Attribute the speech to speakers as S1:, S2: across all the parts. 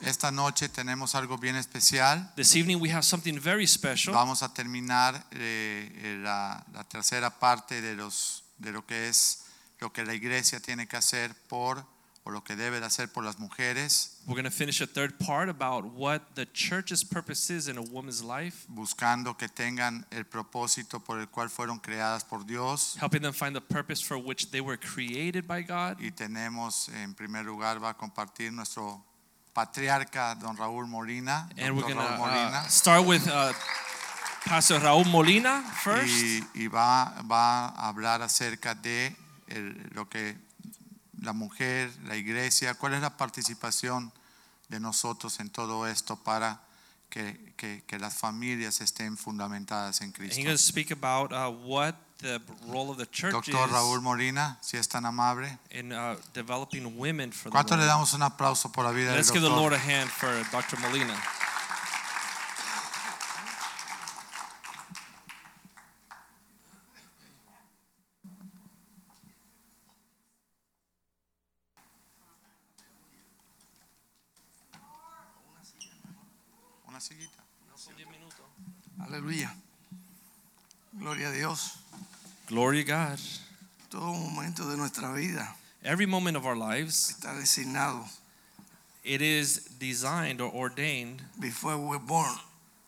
S1: Esta noche tenemos algo bien especial.
S2: This evening we have something very special.
S1: Vamos a terminar eh, eh, la, la tercera parte de, los, de lo que es lo que la iglesia tiene que hacer por o lo que debe de hacer por las mujeres,
S2: We're going to finish a third part about what the church's purpose is in a woman's life,
S1: buscando que tengan el propósito por el cual fueron creadas por Dios.
S2: helping them find the purpose for which they were created by God.
S1: Y tenemos, en primer lugar, va a compartir nuestro patriarca, don Raúl Molina.
S2: And we're
S1: doctor
S2: going to
S1: Raúl Molina.
S2: start with uh, Pastor Raul Molina first.
S1: y, y va, va a hablar acerca de el- lo que la mujer, la iglesia, cuál es la participación de nosotros en todo esto para que, que- que las familias estén fundamentadas en
S2: And he's going to
S1: Cristo.
S2: speak about uh, what the role of the church
S1: Doctor
S2: is
S1: Raúl Molina, si es tan amable.
S2: in uh, developing women for the
S1: ¿Cuánto le
S2: Lord.
S1: damos un aplauso por la vida del
S2: Let's give the Lord
S1: doctor?
S2: a hand for Dr. Molina.
S1: Una sillita.
S3: Aleluya. Gloria a Dios.
S2: Glory to God.
S3: Todo momento de nuestra vida
S2: Every moment of our lives,
S3: está designado
S2: it is designed or ordained
S3: before we're born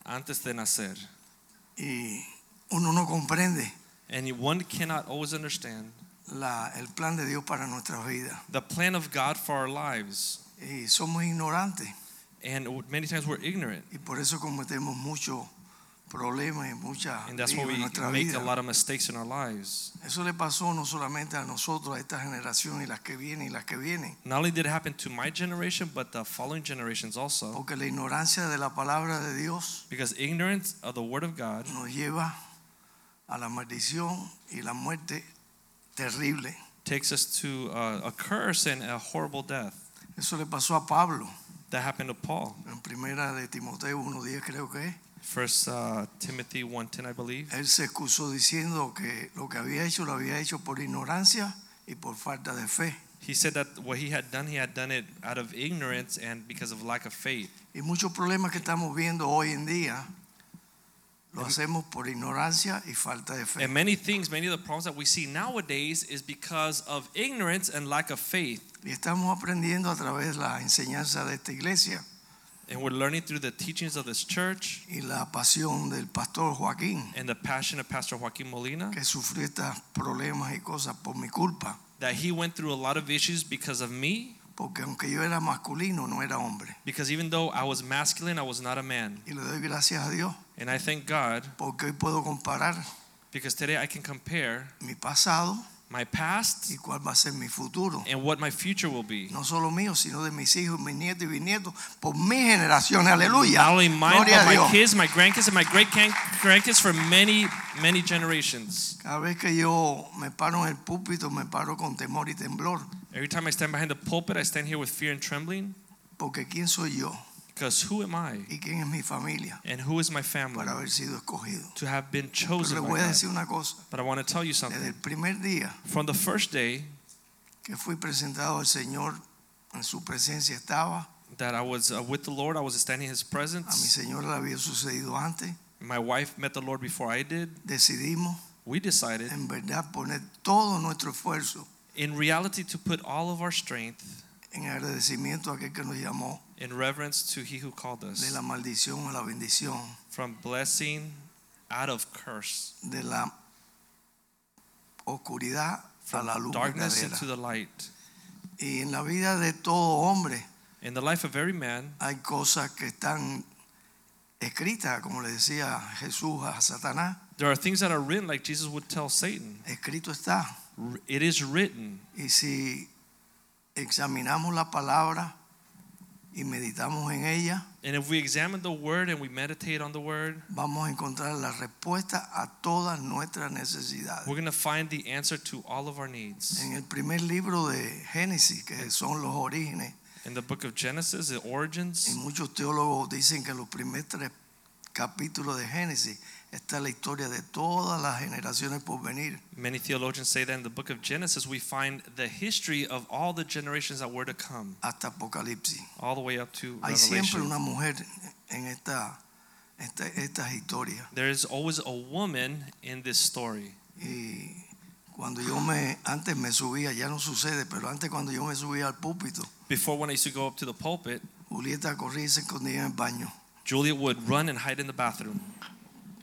S2: antes de nacer.
S3: y uno no comprende
S2: And one cannot always understand
S3: la- el plan de Dios para nuestras vidas
S2: the plan of God for our lives.
S3: y somos ignorantes
S2: And many times we're ignorant.
S3: y por eso cometemos muchos problemas y muchas
S2: And that's why
S3: líos en
S2: we
S3: nuestra
S2: make a
S3: vida.
S2: lot of mistakes in our lives.
S3: Eso le pasó no solamente a nosotros, a esta generación y las que vienen y las que vienen,
S2: Not only did it happen to my generation, but the following generations also.
S3: porque la ignorancia de la palabra de Dios
S2: Because ignorance of the Word of God
S3: nos lleva a la maldición y la muerte terrible.
S2: takes us to uh, a curse and a horrible death.
S3: Eso le pasó a Pablo
S2: That happened to Paul.
S3: en primera de Timoteo 1:10 creo que es.
S2: First uh, Timothy 1.10, I believe.
S3: Él se excusó diciendo que lo que había hecho lo había hecho por ignorancia y por falta de fe.
S2: He said that what he had done, he had done it out of ignorance and because of lack of faith.
S3: Y muchos problemas que estamos viendo hoy en día lo hacemos por ignorancia y falta de
S2: And
S3: fe.
S2: many things, many of the problems that we see nowadays is because of ignorance and lack of faith.
S3: Y estamos aprendiendo a través de la enseñanza de esta iglesia
S2: And we're learning through the teachings of this church
S3: y la pasión del pastor Joaquín,
S2: and the passion of Pastor Joaquin Molina
S3: que sufrió estos problemas y cosas por mi culpa,
S2: that he went through a lot of issues because of me.
S3: porque aunque yo era masculino, no era hombre.
S2: Because even though I was masculine, I was not a man.
S3: Y le doy gracias a Dios,
S2: And I thank God
S3: porque hoy puedo comparar
S2: because today I can compare
S3: mi pasado
S2: my past
S3: y cuál va a ser mi futuro.
S2: and what my future will be.
S3: No solo mío, sino de mis hijos, mis nietos y bisnietos, por mis generaciones. Aleluya.
S2: Not only mine,
S3: Gloria
S2: but
S3: a
S2: my
S3: Dios.
S2: kids, my grandkids, and my great gran- grandkids for many, many generations.
S3: Cada vez que yo me paro en el púlpito, me paro con temor y temblor,
S2: Every time I stand behind the pulpit, I stand here with fear and trembling
S3: porque quién soy yo
S2: because who am I?
S3: y quién es mi familia
S2: and who is my family
S3: para haber sido escogido.
S2: to have been
S3: Pero le
S2: chosen by
S3: voy a
S2: God.
S3: decir una cosa.
S2: But I want to tell you
S3: Desde
S2: something.
S3: el primer día
S2: From the first day
S3: que fui presentado al Señor, en su presencia estaba.
S2: that I was uh, with the Lord, I was standing in His
S3: A mi
S2: presence.
S3: Señora le había sucedido antes.
S2: My wife met the Lord before I did.
S3: Decidimos,
S2: We decided,
S3: en verdad, poner todo nuestro esfuerzo
S2: in reality, to put all of our strength
S3: en agradecimiento a aquel que nos llamó
S2: in reverence to He who called
S3: de
S2: us
S3: la maldición a la bendición,
S2: from blessing out of curse,
S3: de la oscuridad a
S2: from
S3: la luz
S2: darkness
S3: verdadera.
S2: into the light.
S3: Y en la vida de todo hombre
S2: In the life of every man,
S3: hay cosas que están escritas, como le decía Jesús a Satanás,
S2: there are things that are written, like Jesus would tell Satan.
S3: escrito está.
S2: "R- It is written.
S3: Y si examinamos la palabra y meditamos en ella,
S2: And if we examine the word and we meditate on the word,
S3: vamos a encontrar la respuesta a todas nuestras necesidades.
S2: we're going to find the answer to all of our needs.
S3: En el primer libro de Génesis, que son los orígenes,
S2: In the book of Genesis, the
S3: y
S2: origins,
S3: muchos teólogos dicen que los primeros tres capítulos de Génesis está la historia de todas las generaciones por venir.
S2: many theologians say that in the book of Genesis, we find the history of all the generations that were to come,
S3: hasta Apocalipsis.
S2: all the way up to
S3: Hay siempre
S2: Revelation.
S3: una mujer en esta, esta- estas historias.
S2: There is always a woman in this story.
S3: Y cuando yo me, antes me subía, ya no sucede, pero antes cuando yo me subía al púlpito,
S2: Before, when I used to go up to the pulpit,
S3: Julieta corría y se escondía en el baño
S2: Julia would run and hide in the bathroom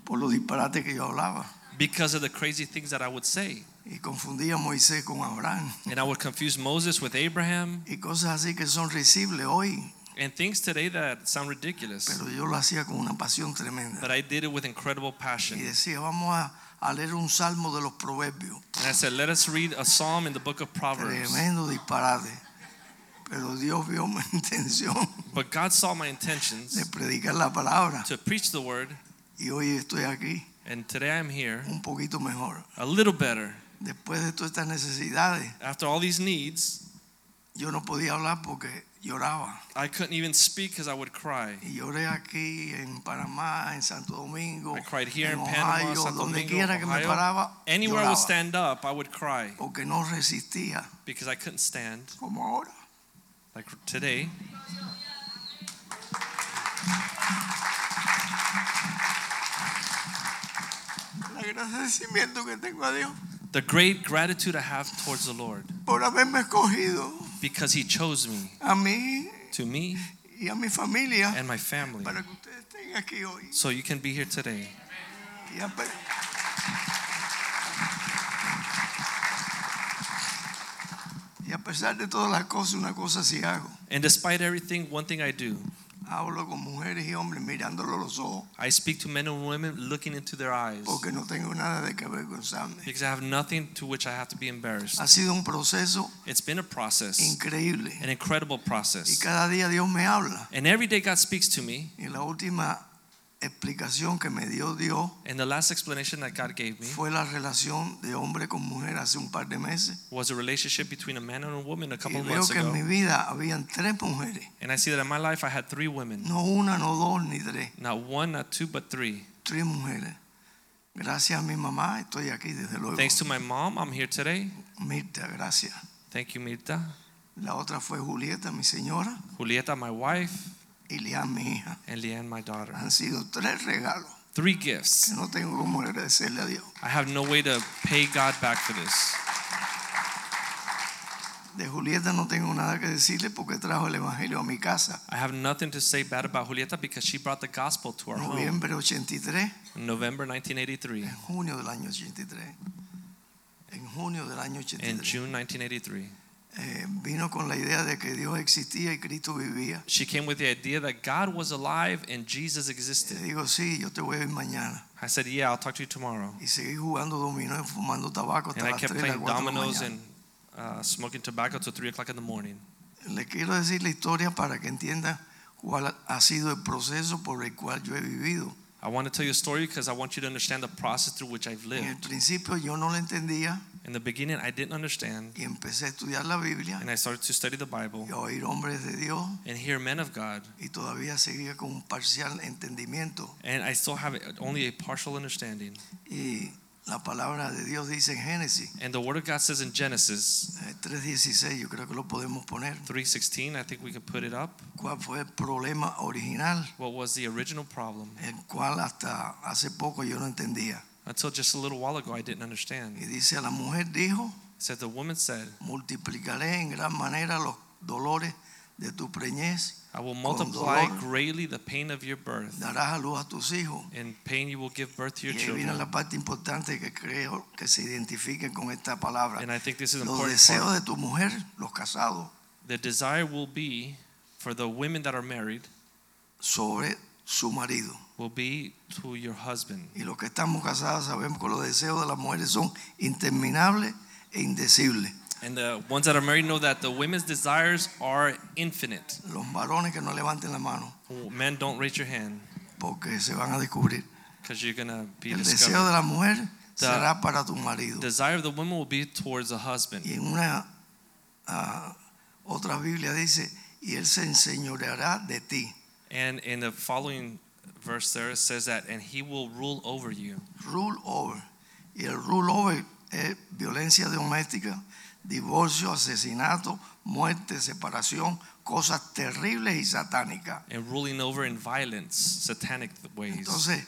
S3: por los disparates que yo hablaba.
S2: because of the crazy things that I would say.
S3: Y confundía a Moisés con Abraham.
S2: And I would confuse Moses with Abraham
S3: Y cosas así que son risibles hoy,
S2: and things today that sound ridiculous.
S3: pero yo lo hacía con una pasión tremenda.
S2: But I did it with incredible
S3: Y
S2: passion.
S3: decía, vamos a, a leer un salmo de los proverbios.
S2: And I said, Let us read a psalm in the book of Proverbs.
S3: Tremendo disparate. Pero Dios vio mi intención.
S2: But God saw my
S3: de
S2: intentions
S3: predicar la palabra
S2: to preach the word,
S3: y hoy estoy aquí
S2: and today I'm here
S3: un poquito mejor.
S2: a little better.
S3: Después de todas estas necesidades,
S2: After all these needs,
S3: yo no podía hablar porque lloraba.
S2: I couldn't even speak because I would cry.
S3: Y lloré aquí en Panamá, en Santo Domingo,
S2: I cried here
S3: en
S2: in Panama,
S3: Ohio,
S2: Santo
S3: donde
S2: Domingo,
S3: quiera que me
S2: Ohio.
S3: paraba,
S2: Anywhere I
S3: lloraba,
S2: would stand up, I would cry
S3: porque no resistía
S2: because I couldn't stand,
S3: como ahora.
S2: like today.
S3: El agradecimiento que tengo a Dios
S2: The great gratitude I have towards the Lord
S3: por haberme escogido
S2: because He chose me
S3: a mí
S2: to me
S3: y a mi familia
S2: and my family.
S3: para que ustedes estén aquí hoy.
S2: So you can be here today.
S3: Y a pe- Y a pesar de todas las cosas, una cosa sí hago.
S2: And despite everything, one thing I do
S3: Hablo con mujeres y hombres mirándolo a los ojos
S2: I speak to men and women looking into their eyes
S3: porque no tengo nada de que avergonzarme.
S2: because I have nothing to which I have to be embarrassed.
S3: Ha sido un proceso
S2: It's been a process,
S3: increíble.
S2: an incredible
S3: Y
S2: process.
S3: cada día Dios me habla.
S2: And every day God speaks to me.
S3: Y la última explicación que me dio Dios
S2: And the last explanation that God gave me
S3: fue la relación de hombre con mujer hace un par de meses.
S2: was a relationship between a man and a woman a couple
S3: Y
S2: of
S3: veo
S2: months
S3: que en mi
S2: ago.
S3: vida habían tres mujeres.
S2: And I see that in my life I had three women.
S3: No una, no dos, ni tres.
S2: Not one, not two, but three.
S3: tres mujeres. Gracias a mi mamá, estoy aquí desde luego.
S2: Thanks to my mom, I'm here today.
S3: Mirta, gracias.
S2: Thank you, Mirta.
S3: La otra fue Julieta, mi señora,
S2: Julieta, my wife,
S3: y Lian, mi hija.
S2: and Leanne, my daughter.
S3: Han sido tres regalos
S2: Three
S3: que
S2: gifts.
S3: no tengo cómo agradecerle a Dios.
S2: I have no way to pay God back for this.
S3: De Julieta no tengo nada que decirle porque trajo el Evangelio a mi casa.
S2: I have nothing to say bad about Julieta because she brought the gospel to our home
S3: Noviembre 83,
S2: in November 1983,
S3: en junio del año 83. En junio del año
S2: in
S3: 83.
S2: June 1983.
S3: Eh, vino con la idea de que Dios existía y Cristo vivía.
S2: She came with the idea that God was alive and Jesus
S3: Le
S2: existed.
S3: digo, sí, yo te voy a ver mañana.
S2: I said, Yeah, I'll talk to you tomorrow.
S3: Y seguí jugando dominó y fumando tabaco hasta
S2: And I
S3: las
S2: kept
S3: 3 las
S2: playing
S3: 4 de la
S2: dominoes
S3: mañana.
S2: and uh, smoking tobacco till 3 o'clock in the morning.
S3: Le quiero decir la historia para que entienda cuál ha sido el proceso por el cual yo he vivido.
S2: I want to tell you a story because I want you to understand the process through which I've
S3: En el
S2: lived.
S3: principio yo no lo entendía
S2: In the beginning, I didn't understand,
S3: y empecé a estudiar la Biblia
S2: and I started to study the Bible
S3: y a oír hombres de Dios
S2: and hear men of God.
S3: y todavía seguía con un parcial entendimiento.
S2: And I still have only a partial understanding.
S3: Y la palabra de Dios dice en Génesis
S2: And the Word of God says in Genesis,
S3: eh, 3.16, yo creo que lo podemos poner,
S2: 316 i think we can put it up
S3: cuál fue el problema original,
S2: what was the original problem
S3: el cual hasta hace poco yo no entendía.
S2: until just a little while ago i didn't understand
S3: Y
S2: it
S3: dice, la mujer dijo,
S2: said the woman said
S3: multiplicaré en gran manera los dolores de tu preñez
S2: i will multiply
S3: dolor.
S2: greatly the pain of your birth
S3: darás a luz a tus hijos.
S2: in pain you will give birth to
S3: Y
S2: your
S3: ahí viene
S2: children
S3: la parte importante que creo que se identifique con esta palabra.
S2: and i think this is an
S3: Los
S2: important part.
S3: deseos de tu mujer, los casados,
S2: the desire will be for the women that are married
S3: sobre su marido.
S2: will be to your husband
S3: Y los que estamos casados sabemos que los deseos de las mujeres son interminables e indecibles.
S2: And the ones that are married know that the women's desires are infinite.
S3: Los varones que no levanten la mano
S2: Men, don't raise your hand
S3: porque se van a descubrir.
S2: because you're going to be
S3: El deseo
S2: discovered.
S3: de la mujer será para tu marido.
S2: Desire of the woman will be towards the husband.
S3: Y en una ah, otra Biblia dice, y él se enseñoreará de ti.
S2: And in the following verse there, it says that, and he will rule over you.
S3: Rule over. Y el rule over es violencia doméstica, divorcio, asesinato, muerte, separación, cosas terribles y satánicas.
S2: And ruling over in violence, satanic ways.
S3: Entonces,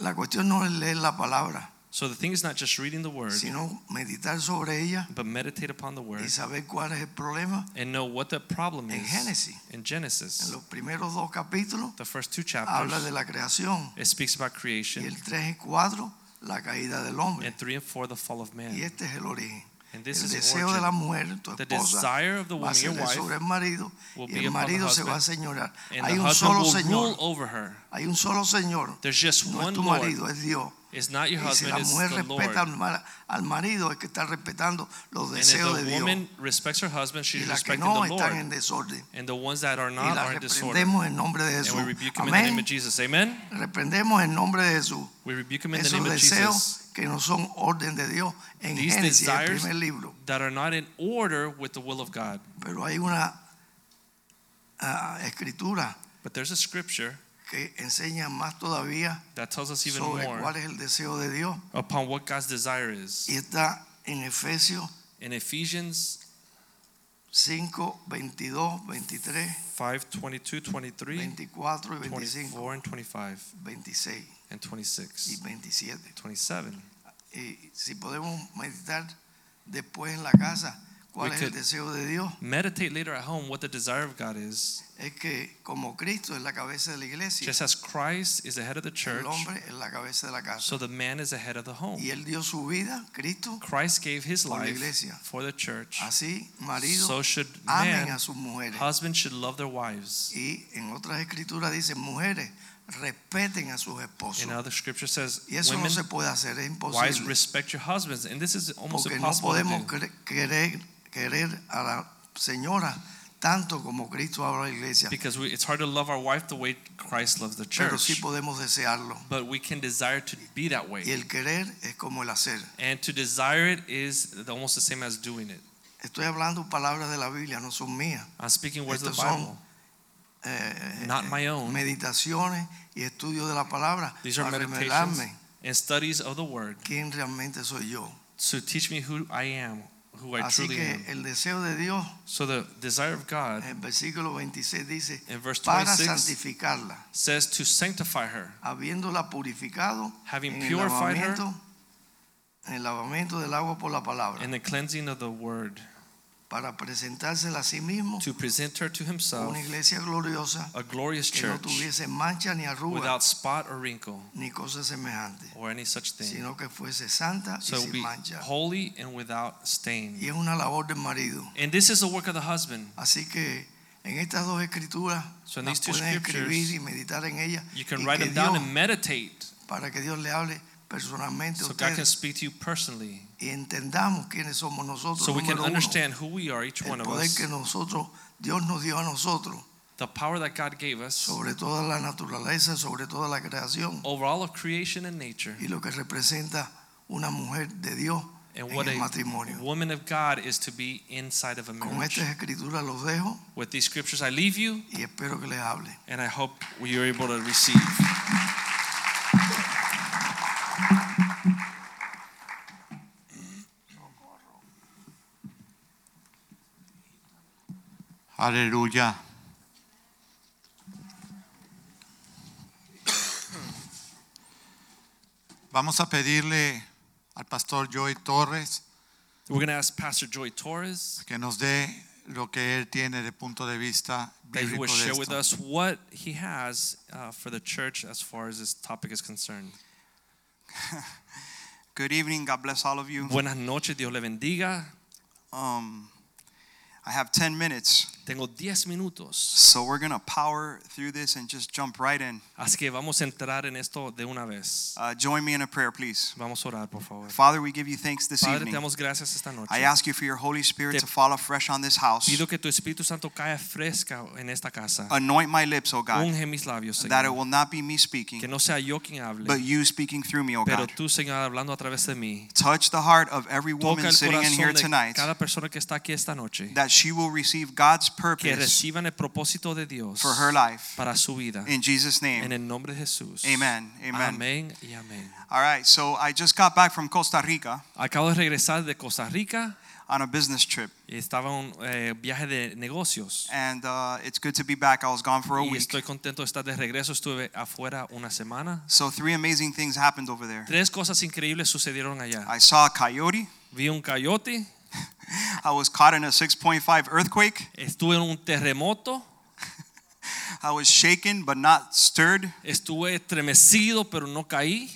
S3: la cuestión no es leer la palabra,
S2: So the thing is not just reading the word,
S3: sino meditar sobre ella
S2: but meditate upon the word
S3: y saber cuál es el problema.
S2: and know what the problem
S3: En
S2: is.
S3: Génesis,
S2: In
S3: en
S2: Genesis,
S3: los primeros dos capítulos,
S2: the first two
S3: habla de
S2: chapters,
S3: la creación.
S2: it speaks about
S3: Y
S2: creation,
S3: el 3 y 4, la caída del
S2: and
S3: hombre.
S2: three and four, the fall of
S3: Y
S2: man.
S3: este es el origen.
S2: And this
S3: El
S2: is the
S3: deseo de la
S2: origin.
S3: mujer, tu
S2: The
S3: esposa,
S2: desire of the
S3: va a
S2: woman, your
S3: ser
S2: wife,
S3: sobre el marido.
S2: will
S3: Y
S2: be
S3: el
S2: upon the
S3: marido se va a
S2: husband,
S3: señorar.
S2: and
S3: Hay
S2: the
S3: un
S2: husband
S3: solo
S2: will rule
S3: Señor.
S2: over her.
S3: Hay un solo Señor.
S2: There's just
S3: No es
S2: one
S3: tu
S2: Lord.
S3: marido, es Dios.
S2: It's not your
S3: Y si
S2: husband,
S3: la
S2: it's
S3: mujer
S2: the Lord.
S3: respeta al, mar- al marido, es que está respetando los
S2: And if
S3: deseos
S2: the
S3: de Dios.
S2: woman respects her husband,
S3: Y
S2: she's
S3: las que
S2: respecting
S3: no
S2: the
S3: están
S2: Lord.
S3: en desorden.
S2: And the ones that are
S3: Y
S2: not
S3: las
S2: are in disorder.
S3: reprendemos en nombre de
S2: And
S3: Jesús.
S2: we rebuke him in the name of
S3: Amén.
S2: Jesus. Amen.
S3: Reprendemos en nombre de Jesús.
S2: We rebuke him in the
S3: Esos
S2: name of
S3: deseos
S2: Jesus
S3: que no son orden de Dios en
S2: These
S3: Génesis, el
S2: desires-
S3: primer libro.
S2: that are not in order with the will of God.
S3: Pero hay una ah, escritura
S2: But there's a scripture
S3: que enseña más todavía
S2: that tells us even
S3: sobre
S2: more
S3: cuál es el deseo de Dios.
S2: upon what God's desire is.
S3: Y está en Efesios
S2: In Ephesians
S3: 5, 22, 23,
S2: 5 22, 23,
S3: 24 y 25,
S2: 24, and 25,
S3: 26
S2: and 26,
S3: y 27.
S2: 27.
S3: Y si podemos meditar después en la casa cuál
S2: We
S3: es el
S2: could-
S3: deseo de Dios,
S2: Meditate later at home what the desire of God is.
S3: es que como Cristo es la cabeza de la iglesia,
S2: Just as Christ is the head of the church,
S3: el hombre es la cabeza de la casa.
S2: so the man is the head of the home.
S3: Y él dio su vida, Cristo,
S2: Christ gave his
S3: Por la
S2: life
S3: iglesia.
S2: for the church.
S3: así marido,
S2: So should
S3: amen
S2: man,
S3: a sus mujeres.
S2: husbands should love their wives.
S3: Y en otras escrituras dicen, mujeres, respeten a sus
S2: And
S3: esposos.
S2: other scripture says,
S3: Y eso no
S2: women,
S3: se puede hacer, es
S2: wives,
S3: imposible.
S2: respect your husbands. And this is almost
S3: Porque no
S2: impossible. to
S3: podemos
S2: do.
S3: cre- querer, querer a la señora tanto como Cristo habla a la iglesia,
S2: Because we, it's hard to love our wife the way Christ loves the
S3: pero sí
S2: church.
S3: podemos desearlo.
S2: But we can desire to be that way.
S3: Y el querer es como el hacer.
S2: And to desire it is almost the same as doing it.
S3: Estoy hablando palabras de la Biblia, no son mías.
S2: I'm speaking words of the
S3: Estos son
S2: Bible,
S3: Eh,
S2: not my own.
S3: meditaciones y estudios de la palabra
S2: These are
S3: para
S2: meditations
S3: revelarme
S2: and studies of the word
S3: quién realmente soy yo.
S2: to teach me who I am, who I
S3: Así
S2: truly am.
S3: que el deseo de Dios,
S2: So the desire of God
S3: en versículo 26 dice,
S2: in verse
S3: para
S2: 26
S3: santificarla,
S2: says to sanctify her,
S3: habiéndola purificado
S2: having
S3: en el
S2: purified her
S3: lavamiento, en el lavamiento del agua por la palabra,
S2: in the cleansing of the word,
S3: para presentársela a sí mismo
S2: to present her to himself
S3: una iglesia gloriosa
S2: a glorious
S3: que no
S2: church
S3: tuviese mancha ni arruga
S2: without spot or wrinkle
S3: ni cosa semejante,
S2: or any such thing.
S3: sino que fuese santa y
S2: So it
S3: sin
S2: be
S3: mancha.
S2: holy and without
S3: Y
S2: stain.
S3: es una labor del marido.
S2: And this is the work of the husband.
S3: Así que en estas dos escrituras
S2: So in
S3: las
S2: these two
S3: pueden escribir y
S2: scriptures,
S3: meditar en ellas
S2: you can
S3: y
S2: write
S3: que
S2: them down
S3: Dios-
S2: and meditate
S3: para que Dios le hable personalmente
S2: so
S3: a
S2: God can
S3: ustedes
S2: speak to you personally.
S3: y entendamos quiénes somos nosotros.
S2: So we can
S3: número uno.
S2: understand who we are, each
S3: el
S2: one of
S3: poder
S2: us,
S3: que nosotros Dios nos dio a nosotros
S2: the power that God gave us
S3: sobre toda la naturaleza, sobre toda la creación
S2: over all of creation and nature.
S3: y lo que representa una mujer de Dios
S2: And
S3: en
S2: what
S3: el
S2: a
S3: matrimonio.
S2: woman of God is to be inside of a
S3: Con
S2: marriage.
S3: estas escrituras los dejo
S2: With these scriptures, I leave you,
S3: y espero que les hable.
S2: and I hope you're able to receive.
S1: Aleluya. Vamos a pedirle al pastor Joey Torres
S2: We're going to ask Pastor Joy Torres
S1: que nos dé lo que él tiene de punto de vista
S2: that he
S1: bíblico
S2: will
S1: de
S2: share with
S1: esto.
S2: us what he has uh, for the church as far as this topic is concerned.
S4: Good evening. God bless all of you.
S2: Buenas noches, Dios le bendiga.
S4: Um, I have 10 minutes.
S2: Tengo 10 minutos.
S4: So we're going to power through this and just jump right in.
S2: Así que vamos a entrar en esto de una vez.
S4: Uh, join me in a prayer, please.
S2: Vamos a orar, por favor.
S4: Father, we give you thanks this
S2: Padre, te
S4: evening.
S2: damos gracias esta noche.
S4: I ask you for your Holy Spirit
S2: Te-
S4: to fall afresh on this house.
S2: Pido que tu Espíritu Santo caiga fresca en esta casa.
S4: Anoint my lips, O Oh, God,
S2: Unge mis labios,
S4: that it
S2: Señor.
S4: will not be me
S2: Que
S4: speaking,
S2: no sea yo quien hable,
S4: but you speaking through me, O
S2: pero
S4: God.
S2: tú, Señor, hablando a través de mí.
S4: Touch the heart of every
S2: Toca
S4: woman
S2: el
S4: sitting in here
S2: corazón de
S4: tonight
S2: cada persona que está aquí esta noche.
S4: that she will receive God's
S2: Que
S4: purpose
S2: reciban el propósito de Dios
S4: for her life.
S2: para su vida.
S4: In Jesus'
S2: En
S4: name.
S2: el nombre de Jesús.
S4: Amen. Amen.
S2: Amén y amén.
S4: All right, so I just got back from Costa Rica
S2: Acabo de regresar de Costa Rica
S4: on a business trip,
S2: y estaba en un eh, viaje de negocios.
S4: and uh, it's good to be back. I was gone for a
S2: Y
S4: week.
S2: estoy contento de estar de regreso. Estuve afuera una semana.
S4: So, three amazing things happened over there.
S2: Tres cosas increíbles sucedieron allá.
S4: I saw a coyote.
S2: Vi un coyote,
S4: I was caught in a 6.5 earthquake.
S2: estuve en un terremoto,
S4: I was shaken but not stirred.
S2: estuve estremecido pero no caí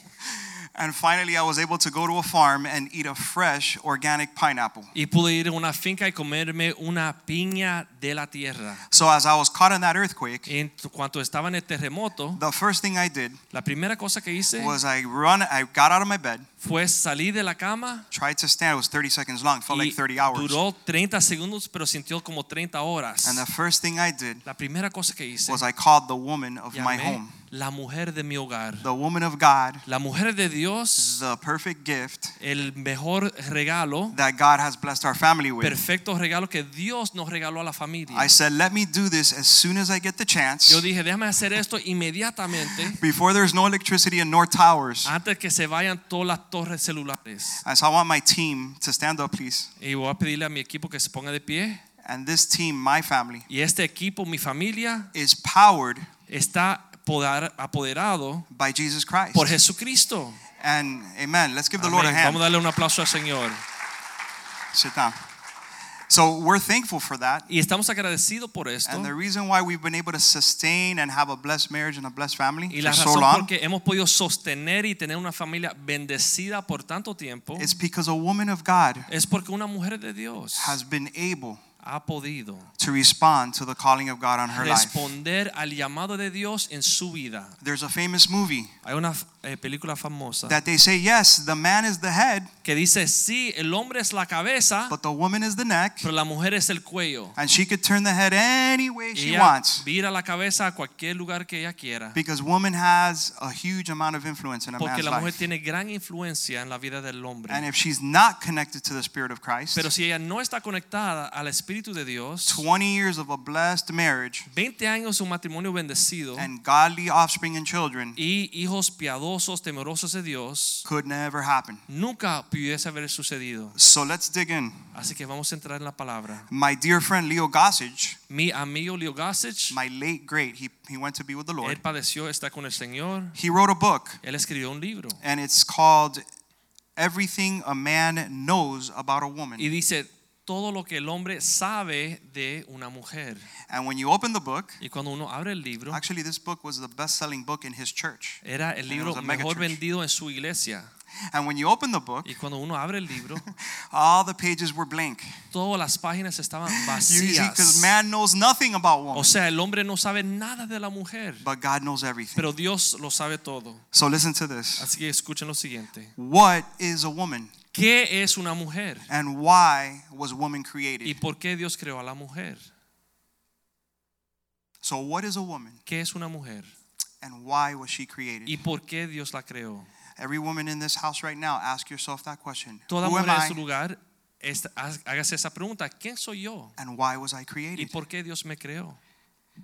S4: And finally, I was able to go to a farm and eat a fresh organic pineapple.
S2: y pude ir a una finca y comerme una piña de la tierra.
S4: So, as I was caught in that earthquake,
S2: En tu- cuanto estaba en el terremoto,
S4: the first thing I did
S2: la primera cosa que hice
S4: was I run. I got out of my bed,
S2: fue salir de la cama
S4: tried to stand. It was 30 seconds long. Felt
S2: y
S4: like 30 hours.
S2: duró 30 segundos pero sintió como 30 horas.
S4: And the first thing I did
S2: La primera cosa que hice
S4: was I called the woman of my
S2: llamé
S4: home,
S2: la mujer de mi hogar.
S4: the woman of God,
S2: La mujer de Dios,
S4: the perfect gift
S2: el mejor regalo,
S4: that God has blessed our family with.
S2: perfecto regalo que Dios nos regaló a la familia.
S4: I said, let me do this as soon as I get the chance.
S2: Yo dije, déjame hacer esto inmediatamente
S4: Before there's no electricity in North Towers.
S2: antes que se vayan todas las torres celulares.
S4: And so I want my team to stand up, please.
S2: Y voy a pedirle a mi equipo que se ponga de pie.
S4: And this team, my family,
S2: Y este equipo, mi familia,
S4: is powered
S2: está podar- apoderado
S4: by Jesus Christ.
S2: por Jesucristo.
S4: And amen. Let's give the Lord a
S2: Amén. Vamos a
S4: hand.
S2: darle un aplauso al Señor.
S4: Sit down. So we're thankful for that.
S2: Y estamos agradecidos por esto.
S4: And the reason why we've been able to sustain and have a blessed marriage and a blessed family
S2: Y
S4: for
S2: la
S4: so
S2: razón
S4: long
S2: por que hemos podido sostener y tener una familia bendecida por tanto tiempo
S4: is because a woman of God
S2: es porque una mujer de Dios
S4: has been able
S2: ha podido
S4: to respond to the calling of God on her life.
S2: responder al llamado de Dios en su vida.
S4: There's a famous movie
S2: Hay una eh, película famosa
S4: that they say, yes, the man is the head,
S2: que dice, sí, el hombre es la cabeza,
S4: but the woman is the neck.
S2: pero la mujer es el cuello.
S4: And she could turn the head any way
S2: Y
S4: she
S2: ella
S4: wants
S2: vira la cabeza a cualquier lugar que ella quiera.
S4: because woman has a huge amount of influence in a
S2: Porque
S4: man's
S2: la mujer
S4: life.
S2: tiene gran influencia en la vida del hombre.
S4: And if she's not connected to the Spirit of Christ,
S2: Pero si ella no está conectada al Espíritu de Dios,
S4: 20 years of a blessed marriage
S2: 20 años de un matrimonio bendecido
S4: and godly offspring and children
S2: y hijos piadosos, temerosos de Dios,
S4: could never happen.
S2: nunca pudiese haber sucedido.
S4: So let's dig in.
S2: Así que vamos a entrar en la palabra.
S4: My dear friend Leo Gossage,
S2: Mi amigo Leo Gossage,
S4: my late great, he, he went to be with the Lord.
S2: él padeció, está con el Señor.
S4: He wrote a book,
S2: Él escribió un libro
S4: and it's called Everything a Man Knows About a
S2: y
S4: Woman.
S2: dice todo lo que el hombre sabe de una mujer.
S4: And when you open the book,
S2: Y cuando uno abre el libro,
S4: actually, this book was the best selling book in his church.
S2: era el
S4: And it
S2: libro
S4: was a
S2: mejor
S4: megachurch.
S2: vendido en su iglesia.
S4: And when you open the book,
S2: Y cuando uno abre el libro,
S4: all the pages were blank.
S2: todas las páginas estaban
S4: You see, because
S2: vacías.
S4: man knows nothing about woman,
S2: O sea, el hombre no sabe nada de la mujer,
S4: but God knows everything.
S2: pero Dios lo sabe todo.
S4: So listen to this.
S2: Así que escuchen lo siguiente.
S4: What is a woman,
S2: ¿Qué es una mujer?
S4: and why was woman
S2: ¿Y
S4: created?
S2: por qué Dios creó a la mujer?
S4: So what is a woman,
S2: ¿Qué es una mujer?
S4: and why was she created?
S2: ¿Y por qué Dios la creó?
S4: Every woman in this house right now, ask yourself that question. Who
S2: Toda
S4: am
S2: mujer en su
S4: I,
S2: lugar, esta- há- hágase esa pregunta, ¿quién soy yo?
S4: and why was I
S2: ¿Y
S4: created?
S2: por qué Dios me creó?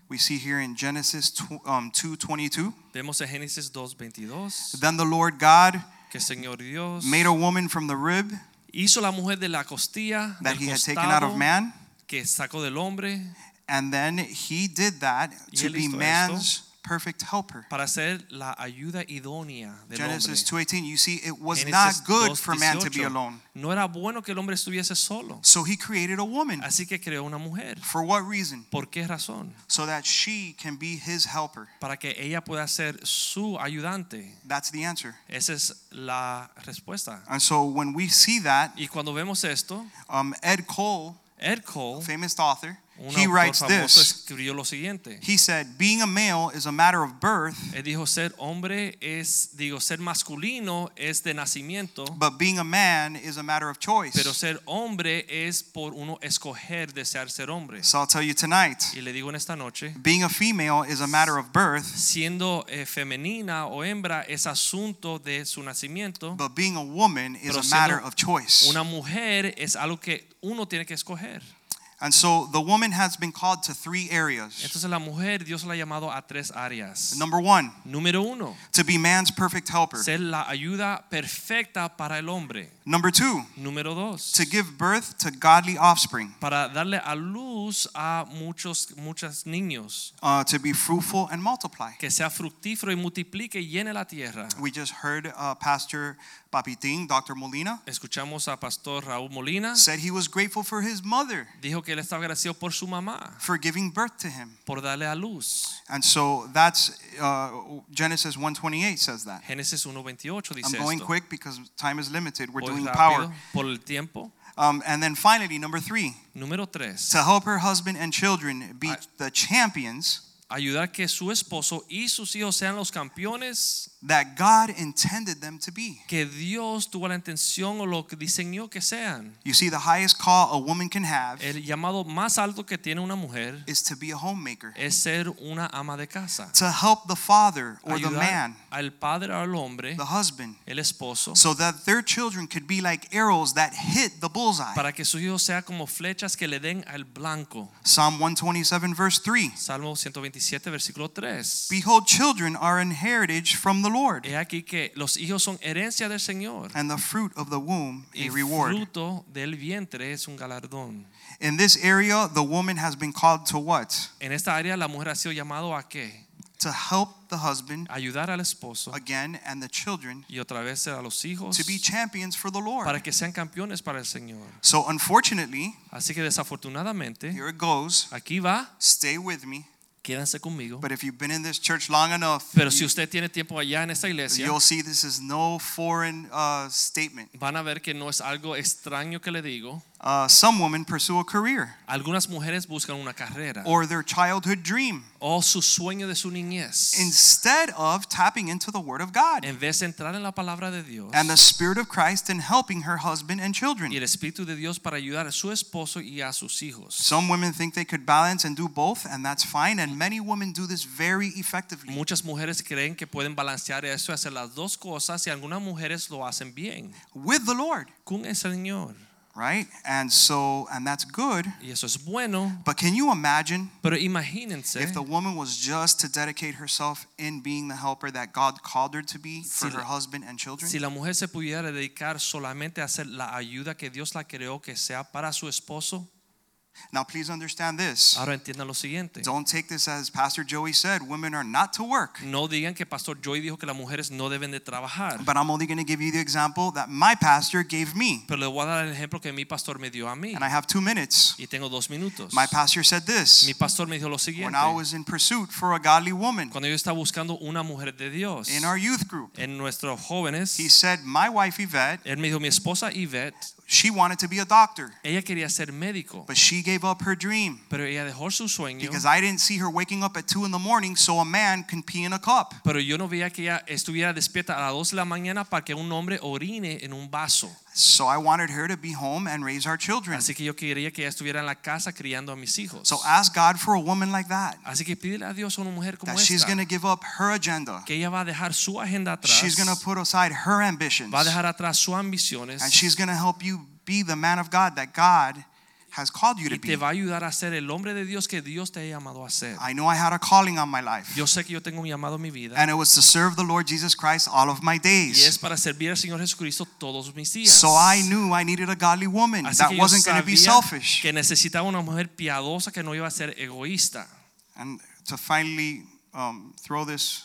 S4: We see here in Genesis tw- um, 2:22.
S2: Vemos en Génesis 2:22
S4: Then the Lord God
S2: que Señor Dios
S4: made a woman from the rib
S2: hizo la mujer de la costilla
S4: that
S2: del
S4: He had taken out of
S2: costado
S4: man.
S2: que sacó del hombre
S4: And then he did that
S2: Y
S4: to
S2: él
S4: be
S2: hizo
S4: man's perfect helper.
S2: para ser la ayuda idónea del
S4: Genesis
S2: hombre.
S4: 2:18 you see it was not
S2: Génesis
S4: good for man to be
S2: 2:18.
S4: alone.
S2: No era bueno que el hombre estuviese solo,
S4: So he created a woman.
S2: así que creó una mujer.
S4: For what reason?
S2: ¿Por qué razón?
S4: So that she can be his helper.
S2: Para que ella pueda ser su ayudante.
S4: That's the answer.
S2: Esa es la respuesta.
S4: And so when we see that
S2: Y cuando vemos esto,
S4: um, Ed Cole,
S2: Ed Cole,
S4: famous author,
S2: un
S4: He
S2: autor
S4: writes
S2: famoso
S4: this.
S2: escribió lo siguiente.
S4: He said, Being a male is a matter of birth,
S2: Él dijo ser hombre es, digo, ser masculino es de nacimiento,
S4: but being a man is a matter of
S2: pero
S4: choice.
S2: ser hombre es por uno escoger desear ser hombre.
S4: So I'll tell you tonight
S2: Y le digo en esta noche,
S4: being a female is a matter of birth,
S2: siendo eh, femenina o hembra es asunto de su nacimiento,
S4: but being a woman is
S2: Pero
S4: a
S2: siendo
S4: matter of choice.
S2: una mujer es algo que uno tiene que escoger.
S4: And so the woman has been called to three areas.
S2: Entonces la mujer Dios la ha llamado a tres áreas.
S4: Number one,
S2: Número uno,
S4: to be man's perfect helper.
S2: ser la ayuda perfecta para el hombre.
S4: Number two,
S2: Número dos,
S4: to give birth to godly offspring,
S2: para darle a luz a muchos muchos niños
S4: uh, to be fruitful and multiply.
S2: que sea fructífero y multiplique y llene la tierra.
S4: We just heard uh, Pastor Papitín, Dr. Molina,
S2: Escuchamos a Pastor Raúl Molina.
S4: said he was grateful for his mother
S2: Dijo que él estaba agradecido por su mamá,
S4: for giving birth to him.
S2: por darle a luz.
S4: And so that's uh, Genesis 1:28 says that.
S2: Génesis 1.28
S4: I'm
S2: dice
S4: going
S2: esto.
S4: quick because time is limited. We're
S2: Voy
S4: doing
S2: rápido
S4: power.
S2: por el tiempo.
S4: Um, and then finally, number three,
S2: Número 3.
S4: to help her husband and children be
S2: I-
S4: the champions
S2: Ayudar que su esposo y sus hijos sean los campeones
S4: that God intended them to be.
S2: que Dios tuvo la intención o lo que diseñó que sean.
S4: You see, the highest call a woman can have
S2: El llamado más alto que tiene una mujer
S4: is to be a homemaker,
S2: es ser una ama de casa.
S4: to help the father or the
S2: ayudar
S4: man,
S2: al padre o al hombre,
S4: the husband,
S2: el esposo,
S4: so that their children could be like arrows that hit the bullseye.
S2: para que su hijo sea como flechas que le den al blanco.
S4: Psalm 127, verse 3.
S2: Salmo 127, versículo 3.
S4: Behold, children are an heritage from the Lord,
S2: He aquí que los hijos son herencia del Señor.
S4: and the fruit of the womb a
S2: El
S4: reward.
S2: fruto del vientre es un galardón.
S4: In this area, the woman has been called to what?
S2: En esta área la mujer ha sido llamada a qué?
S4: To help the husband
S2: Ayudar al esposo
S4: again and the children
S2: y otra vez a los hijos
S4: to be champions for the Lord.
S2: para que sean campeones para el Señor.
S4: So, unfortunately,
S2: Así que desafortunadamente,
S4: here it goes.
S2: aquí va,
S4: Stay with me.
S2: quédense conmigo.
S4: But if you've been in this church long enough,
S2: Pero si usted tiene tiempo allá en esta iglesia,
S4: you'll see this is no foreign uh, statement.
S2: van a ver que no es algo extraño que le digo.
S4: Uh, some women pursue a career
S2: Algunas mujeres buscan una carrera
S4: or their childhood dream
S2: o su sueño de su niñez
S4: instead of tapping into the Word of God
S2: en vez de entrar en la palabra de Dios
S4: and the Spirit of Christ and helping her husband and
S2: y el
S4: children.
S2: Espíritu de Dios para ayudar a su esposo y a sus hijos.
S4: Some women think they could balance and do both, and that's fine. And many women do this very effectively.
S2: Muchas mujeres creen que pueden balancear eso y hacer las dos cosas y algunas mujeres lo hacen bien
S4: with the Lord,
S2: con el Señor.
S4: right? And so, and that's good.
S2: Y eso es bueno,
S4: But can you imagine
S2: pero imagínense
S4: If the woman was just to dedicate herself in being the helper that God called her to be for
S2: Si
S4: her
S2: la-
S4: husband and children,
S2: si la mujer se pudiera dedicar solamente a hacer la ayuda que Dios la creó que sea para su esposo.
S4: now please understand this.
S2: Ahora entiendan lo siguiente.
S4: Don't take this as Pastor Joey said, women are not to work.
S2: No digan que Pastor Joy dijo que las mujeres no deben de trabajar.
S4: But I'm only going to give you the example that my pastor gave me.
S2: Pero le voy a dar el ejemplo que mi pastor me dio a mí.
S4: And I have two minutes.
S2: Y tengo dos minutos.
S4: My pastor said
S2: Mi
S4: this
S2: pastor me dijo lo
S4: when
S2: siguiente.
S4: I was in pursuit for a godly woman
S2: Cuando yo estaba buscando una mujer de Dios
S4: in our youth group.
S2: en nuestros jóvenes,
S4: He said, My wife Yvette,
S2: él me dijo, mi esposa Yvette,
S4: she wanted to be a doctor,
S2: ella quería ser médico,
S4: but she gave up her dream.
S2: pero ella dejó su sueño.
S4: Because I didn't see her waking up at two in the morning so a man can pee in a cup.
S2: Pero yo no veía que ella estuviera despierta a las 2 de la mañana para que un hombre orine en un vaso.
S4: So I wanted her to be home and raise our children.
S2: Así que yo quería que ella estuviera en la casa criando a mis hijos.
S4: Hmm. So ask God for a woman like that,
S2: Así que pídele a Dios a una mujer como
S4: that she's
S2: esta,
S4: going to give up her agenda.
S2: que ella va a dejar su agenda atrás.
S4: She's going to put aside her ambitions.
S2: va a dejar atrás sus ambiciones
S4: And she's going to help you be the man of God that God has called you to
S2: y te
S4: be.
S2: va a ayudar a ser el hombre de Dios que Dios te ha llamado a ser.
S4: I know I had a calling on my life,
S2: Yo sé que yo tengo un llamado en mi vida
S4: and it was to serve the Lord Jesus Christ all of my
S2: y es
S4: days.
S2: para servir al Señor Jesucristo todos mis días.
S4: So I knew I needed a godly woman
S2: Así
S4: that
S2: que yo
S4: wasn't going to be
S2: sabía
S4: selfish.
S2: que necesitaba una mujer piadosa que no iba a ser egoísta.
S4: And to finally um, throw this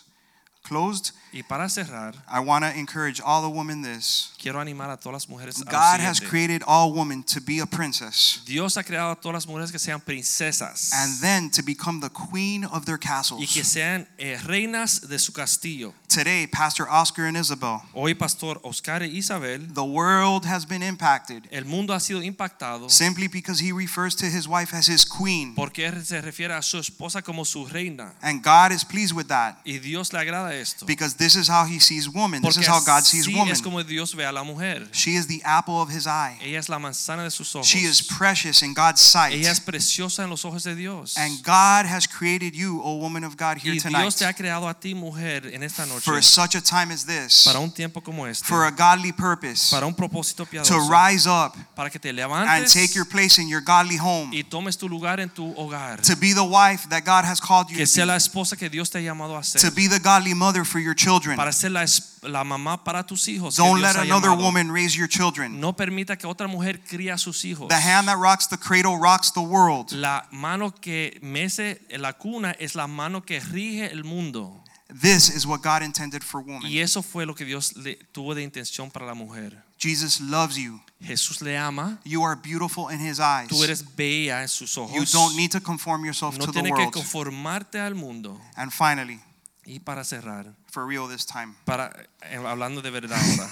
S4: closed,
S2: Y para cerrar,
S4: I want to encourage all the women this.
S2: quiero animar a todas las mujeres. a lo
S4: God has
S2: siguiente.
S4: created all women to be a princess
S2: Dios ha creado a todas las mujeres que sean princesas
S4: and then to become the queen of their
S2: y que
S4: castles.
S2: sean eh, reinas de su castillo.
S4: Today, Pastor Oscar and Isabel,
S2: Hoy, Pastor Oscar e Isabel,
S4: the world has been impacted
S2: el mundo ha sido impactado
S4: simply because he refers to his wife as his queen.
S2: porque él se refiere a su esposa como su reina.
S4: And God is pleased with that
S2: Y Dios le agrada esto.
S4: because this is how he sees woman. This
S2: Porque
S4: is how God sees
S2: así
S4: woman.
S2: es como Dios ve a la mujer.
S4: She is the apple of his eye.
S2: Ella es la manzana de sus ojos.
S4: She is precious in God's sight.
S2: Ella es preciosa en los ojos de Dios.
S4: And God has created you, O woman of God, here
S2: y Dios
S4: tonight
S2: te ha creado a ti, mujer, en esta noche
S4: for such a time as this,
S2: para un tiempo como este,
S4: for a godly purpose,
S2: para un propósito
S4: to
S2: piadoso,
S4: rise up
S2: para que te
S4: and
S2: levantes
S4: take your place in your godly home,
S2: y tomes tu lugar en tu hogar,
S4: to be the wife that God has called you
S2: que
S4: to
S2: sea
S4: be,
S2: la esposa que Dios te ha llamado a ser,
S4: to be the godly mother for your children.
S2: para ser la, es- la mamá para tus hijos. que
S4: Don't
S2: Dios
S4: let
S2: ha
S4: another
S2: llamado.
S4: woman raise your children.
S2: No permita que otra mujer cría a sus hijos.
S4: The hand that rocks the cradle rocks the world.
S2: la mano que mece la cuna es la mano que rige el mundo.
S4: This is what God intended for
S2: Y
S4: woman.
S2: eso fue lo que Dios le tuvo de intención para la mujer.
S4: Jesus loves you.
S2: Jesús le ama.
S4: You are beautiful in his eyes.
S2: Tú eres bella en sus ojos.
S4: You don't need to conform yourself
S2: no
S4: to the
S2: tienes que
S4: world.
S2: conformarte al mundo.
S4: And finally,
S2: Y para cerrar,
S4: for real this time.
S2: para eh, hablando de verdad ahora.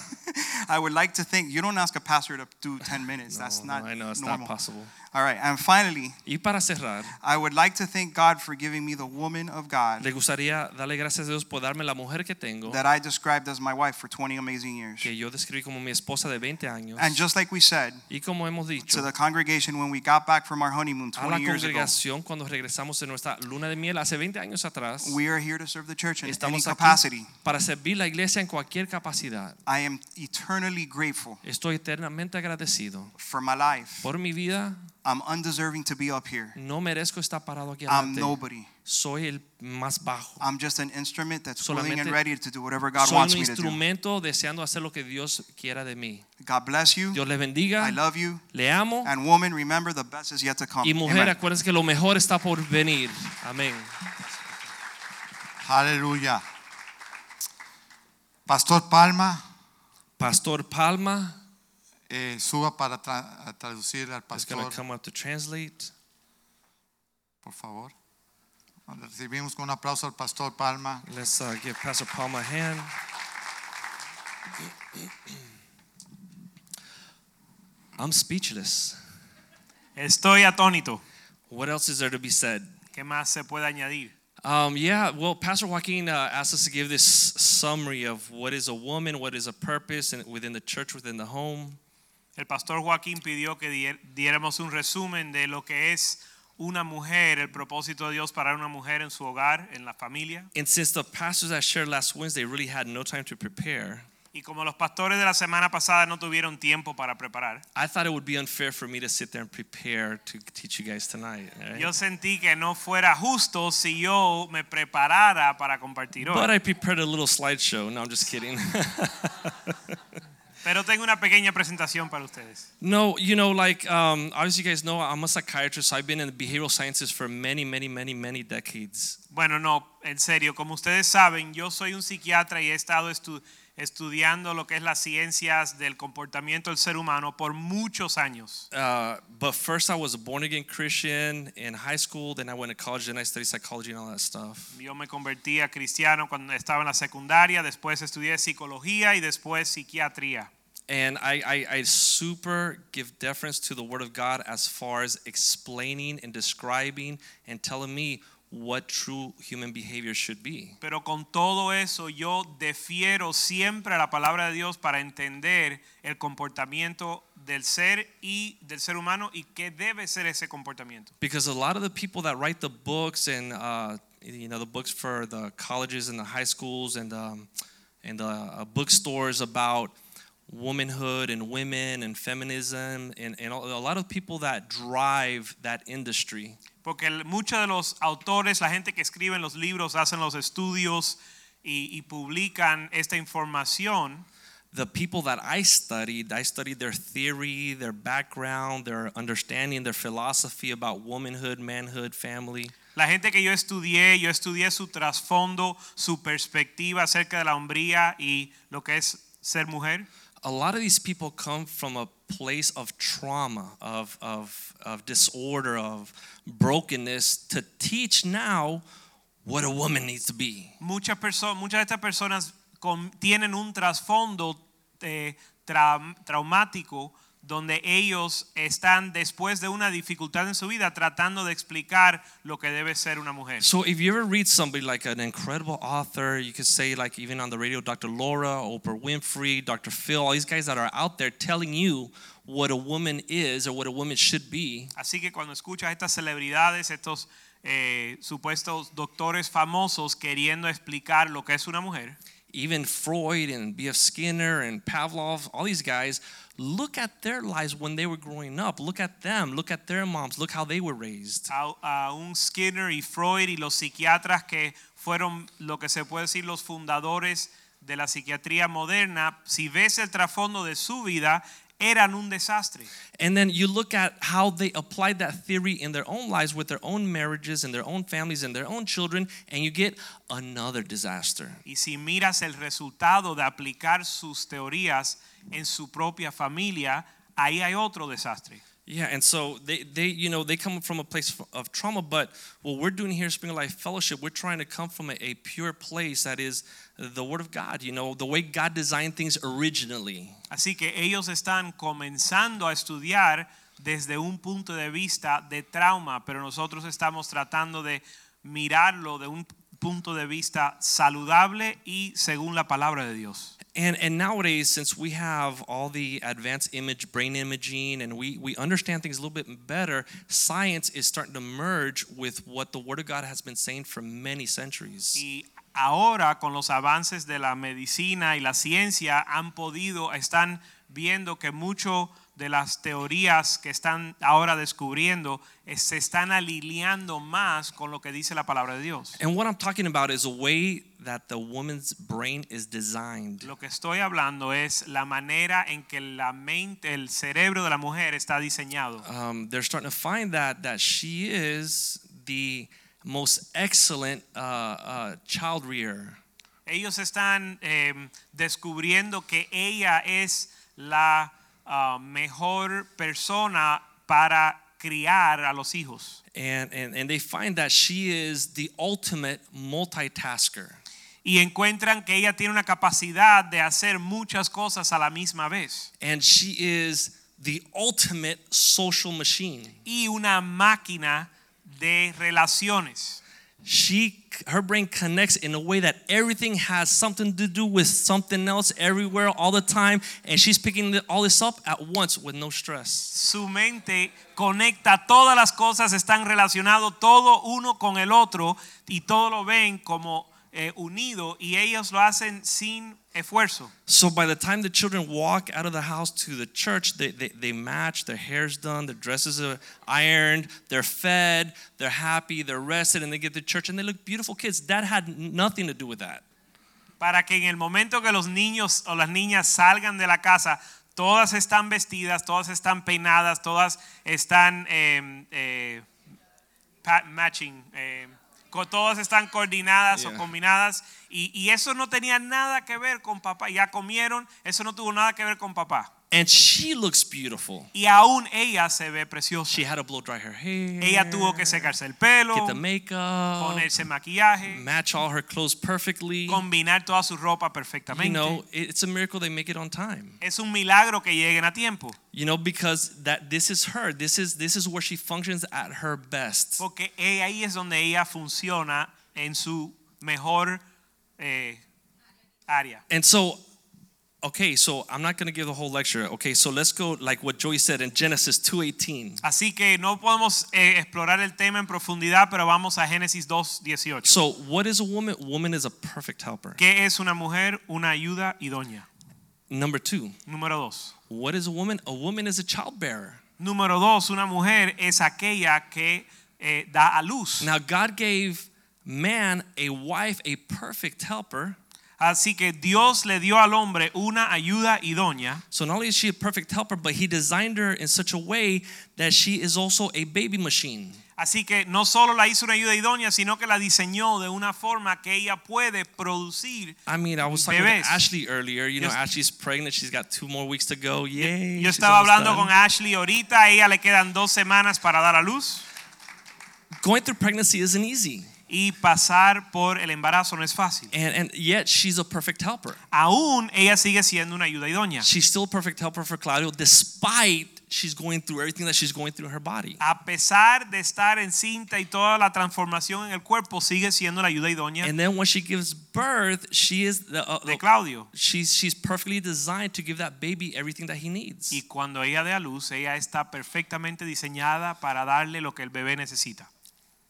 S4: I would like to think you don't ask a pastor to do 10 minutes. That's
S2: No,
S4: not
S2: I know, it's not
S4: normal.
S2: possible.
S4: All right. And finally,
S2: Y para cerrar,
S4: I would like to thank God for giving me the woman of God
S2: le gustaría darle gracias a Dios por darme la mujer que tengo,
S4: that I described as my wife for 20 amazing years.
S2: que yo describí como mi esposa de 20 años.
S4: And just like we said
S2: y como hemos
S4: to
S2: dicho,
S4: the congregation when we got back from our honeymoon
S2: a la
S4: 20 years ago,
S2: congregación cuando regresamos de nuestra luna de miel hace 20 años atrás,
S4: we are here to serve the church in any
S2: estamos aquí
S4: capacity.
S2: para servir la iglesia en cualquier capacidad.
S4: I am eternally grateful
S2: Estoy eternamente agradecido
S4: for my life.
S2: por mi vida.
S4: I'm undeserving to be up here.
S2: No merezco estar parado aquí
S4: I'm
S2: adelante.
S4: nobody.
S2: Soy el más bajo.
S4: I'm just an instrument that's willing and
S2: Solamente-
S4: ready to do whatever God
S2: Soy
S4: wants
S2: un
S4: me to do.
S2: instrumento deseando hacer lo que Dios quiera de mí.
S4: God bless you.
S2: Dios le bendiga.
S4: I love you.
S2: Le amo.
S4: And woman, remember the best is yet to come.
S2: Y mujer,
S4: Amen.
S2: acuérdense que lo mejor está por venir. Amén.
S1: Aleluya. Pastor Palma,
S2: Pastor Palma
S1: eh, suba para tra- a traducir al
S2: is going
S1: pastor,
S2: to come up to translate.
S1: por favor. Recibimos con un aplauso al pastor Palma.
S2: Let's uh, give Pastor Palma a hand. I'm speechless.
S5: Estoy atónito.
S2: What else is there to be said?
S5: ¿Qué más se puede añadir?
S2: Um, yeah, well, Pastor Joaquin uh, asked us to give this summary of what is a woman, what is a purpose and within the church, within the home.
S5: El pastor Joaquín pidió que dier- diéramos un resumen de lo que es una mujer, el propósito de Dios para una mujer en su hogar, en la familia.
S2: And since the pastors I shared last Wednesday really had no time to prepare,
S5: Y como los pastores de la semana pasada no tuvieron tiempo para preparar,
S2: I thought it would be unfair for me to sit there and prepare to teach you guys tonight. right?
S5: yo sentí que no fuera justo si yo me preparara para compartir
S2: But
S5: hoy.
S2: I prepared a little slideshow. No, I'm just kidding.
S5: Pero tengo una pequeña presentación para ustedes.
S2: no, you know, like, um, obviously, you guys know I'm a psychiatrist. I've been in the behavioral sciences for many, many, many, many decades.
S5: Bueno, no, en serio, como ustedes saben, yo soy un psiquiatra y he estado estu- estudiando lo que es las ciencias del comportamiento del ser humano por muchos años.
S2: Uh, but first, I was a born again Christian in high school. Then I went to college and I studied psychology and all that stuff.
S5: Yo me convertí a cristiano cuando estaba en la secundaria, después estudié psicología y después psiquiatría.
S2: And I, I, I super give deference to the Word of God as far as explaining and describing and telling me what true human behavior should be.
S5: Pero con todo eso yo defiero siempre a la palabra de Dios para entender el comportamiento del ser y del ser humano y qué debe ser ese comportamiento.
S2: because a lot of the people that write the books and uh, you know the books for the colleges and the high schools and um, and uh, bookstores about womanhood and women and feminism and, and a lot of people that drive that industry
S5: Porque el- muchos de los autores, la gente que escribe en los libros, hacen los estudios y, y publican esta información.
S2: the people that i studied i studied their theory their background their understanding their philosophy about womanhood manhood family
S5: La gente que yo estudié, yo estudié su trasfondo, su perspectiva acerca de la hombría y lo que es ser mujer.
S2: a lot of these people come from a place of trauma, of, of, of disorder, of brokenness to teach now what a woman needs to be.
S5: Muchas, personas, muchas de estas personas con- tienen un trasfondo eh, tra- traumático donde ellos están después de una dificultad en su vida tratando de explicar lo que debe ser una mujer.
S2: So if you ever read somebody like an incredible author, you could say like even on the radio, Dr. Laura, Oprah Winfrey, Dr. Phil, all these guys that are out there telling you what a woman is or what a woman should be,
S5: Así que cuando escuchas a estas celebridades, estos eh, supuestos doctores famosos queriendo explicar lo que es una mujer,
S2: even Freud and B.F. Skinner and Pavlov, all these guys, look at their lives when they were growing up. Look at them. Look at their moms. Look how they were raised.
S5: a, a un Skinner y Freud y los psiquiatras que fueron lo que se puede decir los fundadores de la psiquiatría moderna, si ves el trasfondo de su vida, eran un desastre.
S2: And then you look at how they applied that theory in their own lives with their own marriages and their own families and their own children, and you get another disaster.
S5: Y si miras el resultado de aplicar sus teorías en su propia familia, ahí hay otro desastre.
S2: Yeah, and so they, they, you know, they come from a place f- of trauma, but what we're doing here, Spring of Life Fellowship, we're trying to come from a, a pure place that is the Word of God, you know, the way God designed things originally.
S5: Así que ellos están comenzando a estudiar desde un punto de vista de trauma, pero nosotros estamos tratando de mirarlo de un punto de vista saludable y según la palabra de Dios.
S2: And, and nowadays, since we have all the advanced image, brain imaging, and we, we understand things a little bit better, science is starting to merge with what the Word of God has been saying for many centuries.
S5: Y ahora con los avances de la medicina y la ciencia han podido, están viendo que mucho de las teorías que están ahora descubriendo eh, se están alineando más con lo que dice la palabra de Dios.
S2: And what I'm talking about is a way that the woman's brain is designed.
S5: Lo que estoy hablando es la manera en que la mente, el cerebro de la mujer está diseñado.
S2: um, they're starting to find that that she is the most excellent uh, uh, child rearer.
S5: Ellos están eh, descubriendo que ella es la ah, mejor persona para criar a los hijos.
S2: And, and, and they find that she is the ultimate multitasker.
S5: Y encuentran que ella tiene una capacidad de hacer muchas cosas a la misma vez.
S2: And she is the ultimate social machine.
S5: Y una máquina de relaciones.
S2: She, her brain connects in a way that everything has something to do with something else everywhere, all the time. And she's picking all this up at once with no stress.
S5: su mente conecta todas las cosas, están relacionados todo uno con el otro y todo lo ven como eh, unido y ellos lo hacen sin esfuerzo.
S2: So by the time the children walk out of the house to the church, they, they, they match, their hair's done, their dresses are ironed, they're fed, they're happy, they're rested, and they get to church and they look beautiful kids. That had nothing to do with that.
S5: Para que en el momento que los niños o las niñas salgan de la casa, todas están vestidas, todas están peinadas, todas están eh, eh, pa- matching. eh, co- Todas están coordinadas o
S2: Yeah.
S5: combinadas y, y eso no tenía nada que ver con papá. Ya comieron, eso no tuvo nada que ver con papá.
S2: And she looks beautiful.
S5: Y aún ella se ve preciosa.
S2: She had to blow dry her hair.
S5: Ella tuvo que secarse el pelo,
S2: Get the makeup.
S5: ponerse maquillaje,
S2: Match all her clothes perfectly.
S5: combinar toda su ropa
S2: You
S5: perfectamente.
S2: know, it- it's a miracle they make it on time.
S5: es un milagro que lleguen a tiempo,
S2: You know, because that this is her. This is this is where she functions at her best.
S5: porque ella- ahí es donde ella funciona en su mejor eh, área.
S2: And so, okay, so I'm not going to give the whole lecture. Okay, so let's go like what Joey said in Genesis 2:18.
S5: Así que no podemos eh, explorar el tema en profundidad, pero vamos a Génesis 2.18.
S2: So, what is a woman? Woman is a perfect helper.
S5: ¿Qué es una mujer? Una ayuda idónea.
S2: Number 2.
S5: Número dos.
S2: What is a woman? A woman is a child bearer.
S5: Número dos, una mujer es aquella que eh, da a luz.
S2: Now, God gave man a wife, a perfect helper.
S5: Así que Dios le dio al hombre una ayuda idónea.
S2: So, not only is she a perfect helper, but he designed her in such a way that she is also a baby machine.
S5: Así que no solo la hizo una ayuda idónea, sino que la diseñó de una forma que ella puede producir.
S2: I mean, I was talking with
S5: Bebés.
S2: Ashley earlier. You know,
S5: Yo-
S2: Ashley's pregnant. She's got two more weeks to go. Yay.
S5: Yo
S2: she's
S5: estaba
S2: almost
S5: hablando
S2: done.
S5: con Ashley ahorita, a ella le quedan dos semanas para dar a luz.
S2: Going through pregnancy isn't easy.
S5: y pasar por el embarazo no es fácil.
S2: And, and yet she's a perfect helper.
S5: Aún ella sigue siendo una ayuda idónea.
S2: She's still a perfect helper for Claudio despite she's going through everything that she's going through in her body.
S5: A pesar de estar encinta y toda la transformación en el cuerpo, sigue siendo la ayuda idónea
S2: And then when she gives birth, she is the, uh,
S5: de Claudio.
S2: she's she's perfectly designed to give that baby everything that he needs.
S5: Y cuando ella dé a luz, ella está perfectamente diseñada para darle lo que el bebé necesita.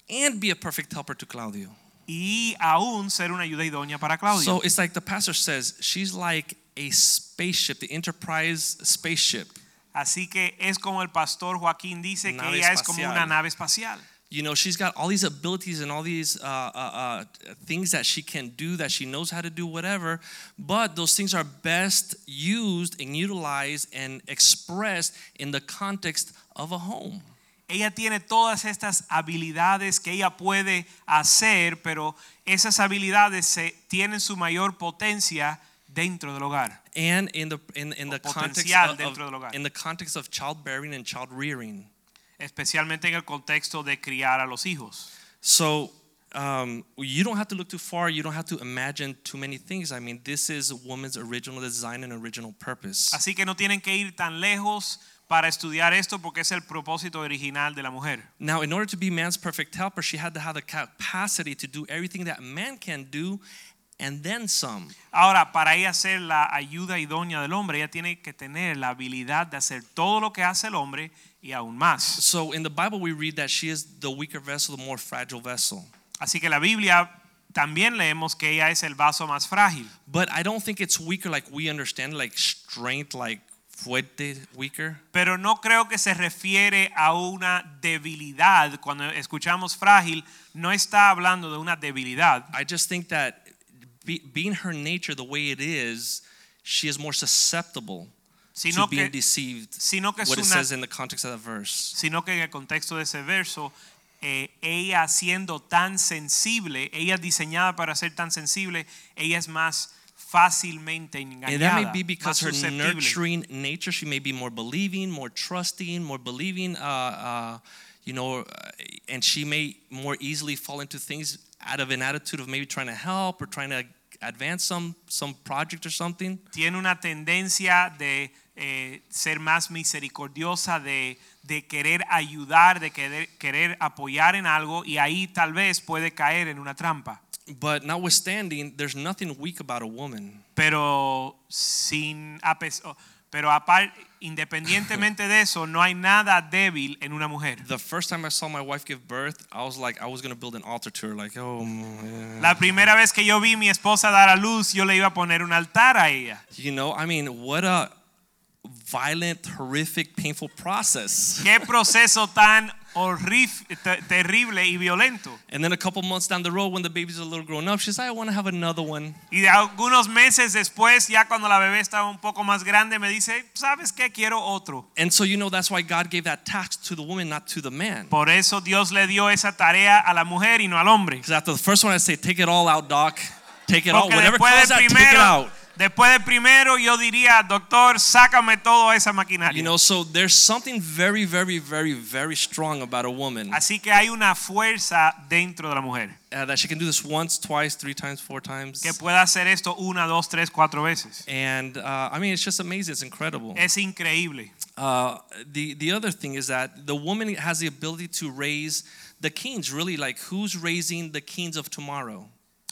S2: and be a perfect helper to Claudio.
S5: Y aún ser una ayuda idónea para
S2: So
S5: Claudio.
S2: it's like the pastor says, she's like a spaceship, the Enterprise spaceship.
S5: Así que es como el pastor Joaquín dice que
S2: Nave
S5: ella es como
S2: espacial.
S5: una nave espacial.
S2: You know, she's got all these abilities and all these uh, uh, uh, things that she can do, that she knows how to do, whatever. But those things are best used and utilized and expressed in the context of a home.
S5: Ella tiene todas estas habilidades que ella puede hacer, pero esas habilidades se- tienen su mayor potencia dentro del hogar.
S2: And in the in, in the
S5: O
S2: context
S5: potencial
S2: of-
S5: dentro del hogar.
S2: of, in the context of childbearing and child rearing.
S5: especialmente en el contexto de criar a los hijos.
S2: So um, you don't have to look too far. You don't have to imagine too many things. I mean, this is woman's original design and original purpose.
S5: Así que no tienen que ir tan lejos para estudiar esto porque es el propósito original de la mujer.
S2: Now, in order to be man's perfect helper, she had to have the capacity to do everything that man can do and then some.
S5: Ahora, para ella ser la ayuda idónea del hombre, ella tiene que tener la habilidad de hacer todo lo que hace el hombre y aún más.
S2: So in the Bible, we read that she is the weaker vessel, the more fragile vessel.
S5: Así que la Biblia también leemos que ella es el vaso más frágil,
S2: But I don't think it's weaker like we understand, like strength, like fuerte, weaker.
S5: pero no creo que se refiere a una debilidad. Cuando escuchamos frágil, no está hablando de una debilidad.
S2: I just think that be, being her nature the way it is, she is more susceptible
S5: sino
S2: to being
S5: que,
S2: deceived.
S5: sino que
S2: what it
S5: su na-
S2: says in the context of that verse.
S5: sino que en el contexto de ese verso, eh, ella siendo tan sensible, ella diseñada para ser tan sensible, ella es más fácilmente
S2: And that
S5: engañada,
S2: may be
S5: más
S2: because her
S5: susceptible.
S2: nurturing nature, she may be more believing, more trusting, more believing, uh, uh, you know, uh, and she may more easily fall into things out of an attitude of maybe trying to help or trying to advance some some project or something.
S5: Tiene una tendencia de eh, ser más misericordiosa, de, de querer ayudar, de querer, querer apoyar en algo y ahí tal vez puede caer en una trampa.
S2: But notwithstanding, there's nothing weak about a woman.
S5: pero sin a pes- oh, pero apar- independientemente de eso no hay nada débil en una mujer
S2: The first time I saw my wife give birth, I was like, I was gonna build an altar to her, like, oh, yeah.
S5: la primera vez que yo vi a mi esposa dar a luz yo le iba a poner un altar a ella
S2: you know, I mean, what a violent, horrific, painful process.
S5: qué proceso tan horrif- te- terrible y violento
S2: And then a couple months down the road, when the baby's a little grown up, she's like, I want to have another one.
S5: y de algunos meses después ya cuando la bebé estaba un poco más grande me dice sabes qué quiero otro
S2: And so, you know, that's why God gave that task to the woman, not to the man.
S5: por eso Dios le dio esa tarea a la mujer y no al hombre
S2: Because after the first one, I say, take it all out, doc. Take it all.
S5: Porque
S2: Whatever
S5: después
S2: comes out,
S5: del
S2: take it out.
S5: primero, después del primero yo diría, doctor, sácame toda esa maquinaria.
S2: You know, so there's something very, very, very, very strong about a woman
S5: Así que hay una fuerza dentro de la mujer
S2: uh, that she can do this once, twice, three times, four times.
S5: que puede hacer esto una, dos, tres, cuatro veces.
S2: And uh, I mean, it's just amazing. It's incredible.
S5: Es increíble.
S2: Uh, the the other thing is that the woman has the ability to raise the kings. Really, like who's raising the kings of tomorrow?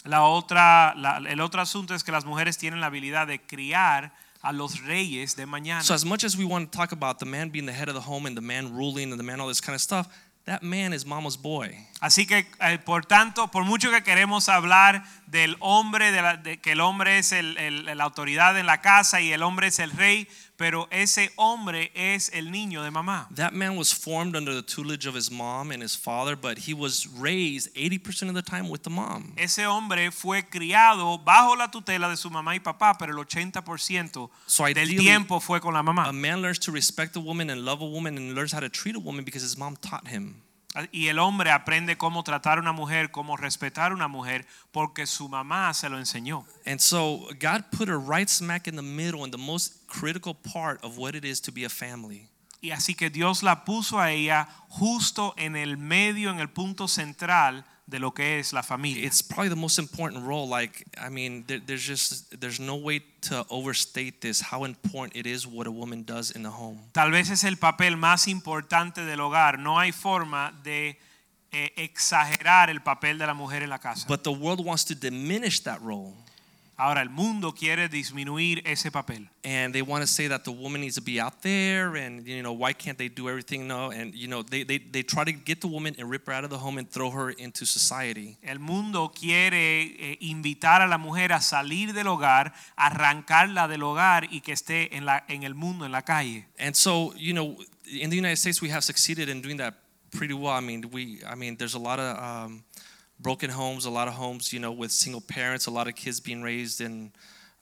S5: La otra, la- el otro asunto es que las mujeres tienen la habilidad de criar a los reyes de mañana.
S2: So as much as we want to talk about the man being the head of the home and the man ruling and the man all this kind of stuff, that man is mama's boy.
S5: Así que, eh, por tanto, por mucho que queremos hablar del hombre, de la- de que el hombre es el- el- la autoridad en la casa y el hombre es el rey, pero ese hombre es el niño de mamá.
S2: That man was formed under the tutelage of his mom and his father, but he was raised 80% of the time with the mom.
S5: Ese hombre fue criado bajo la tutela de su mamá y papá, pero el 80%
S2: So
S5: del
S2: ideally,
S5: tiempo fue con la
S2: A
S5: mamá.
S2: man learns to respect a woman and love a woman and learns how to treat a woman because his mom taught him.
S5: Y el hombre aprende cómo tratar a una mujer, cómo respetar a una mujer, porque su mamá se lo enseñó.
S2: And so God put her right smack in the middle and the most critical part of what it is to be a family.
S5: Y así que Dios la puso a ella justo en el medio, en el punto central de lo que es la familia.
S2: It's probably the most important role. Like, I mean, there, there's just there's no way to overstate this how important it is what a woman does in the home.
S5: Tal vez es el papel más importante del hogar. No hay forma de eh, exagerar el papel de la mujer en la casa.
S2: But the world wants to diminish that role,
S5: Ahora el mundo quiere disminuir ese papel.
S2: and they want to say that the woman needs to be out there, and you know why can't they do everything? No, and you know they they, they try to get the woman and rip her out of the home and throw her into society.
S5: El mundo quiere eh, invitar a la mujer a salir del hogar, arrancarla del hogar y que esté en, la, en el mundo, en la calle.
S2: And so, you know, in the United States, we have succeeded in doing that pretty well. I mean, we, I mean, there's a lot of um, broken homes, a lot of homes, you know, with single parents, a lot of kids being raised in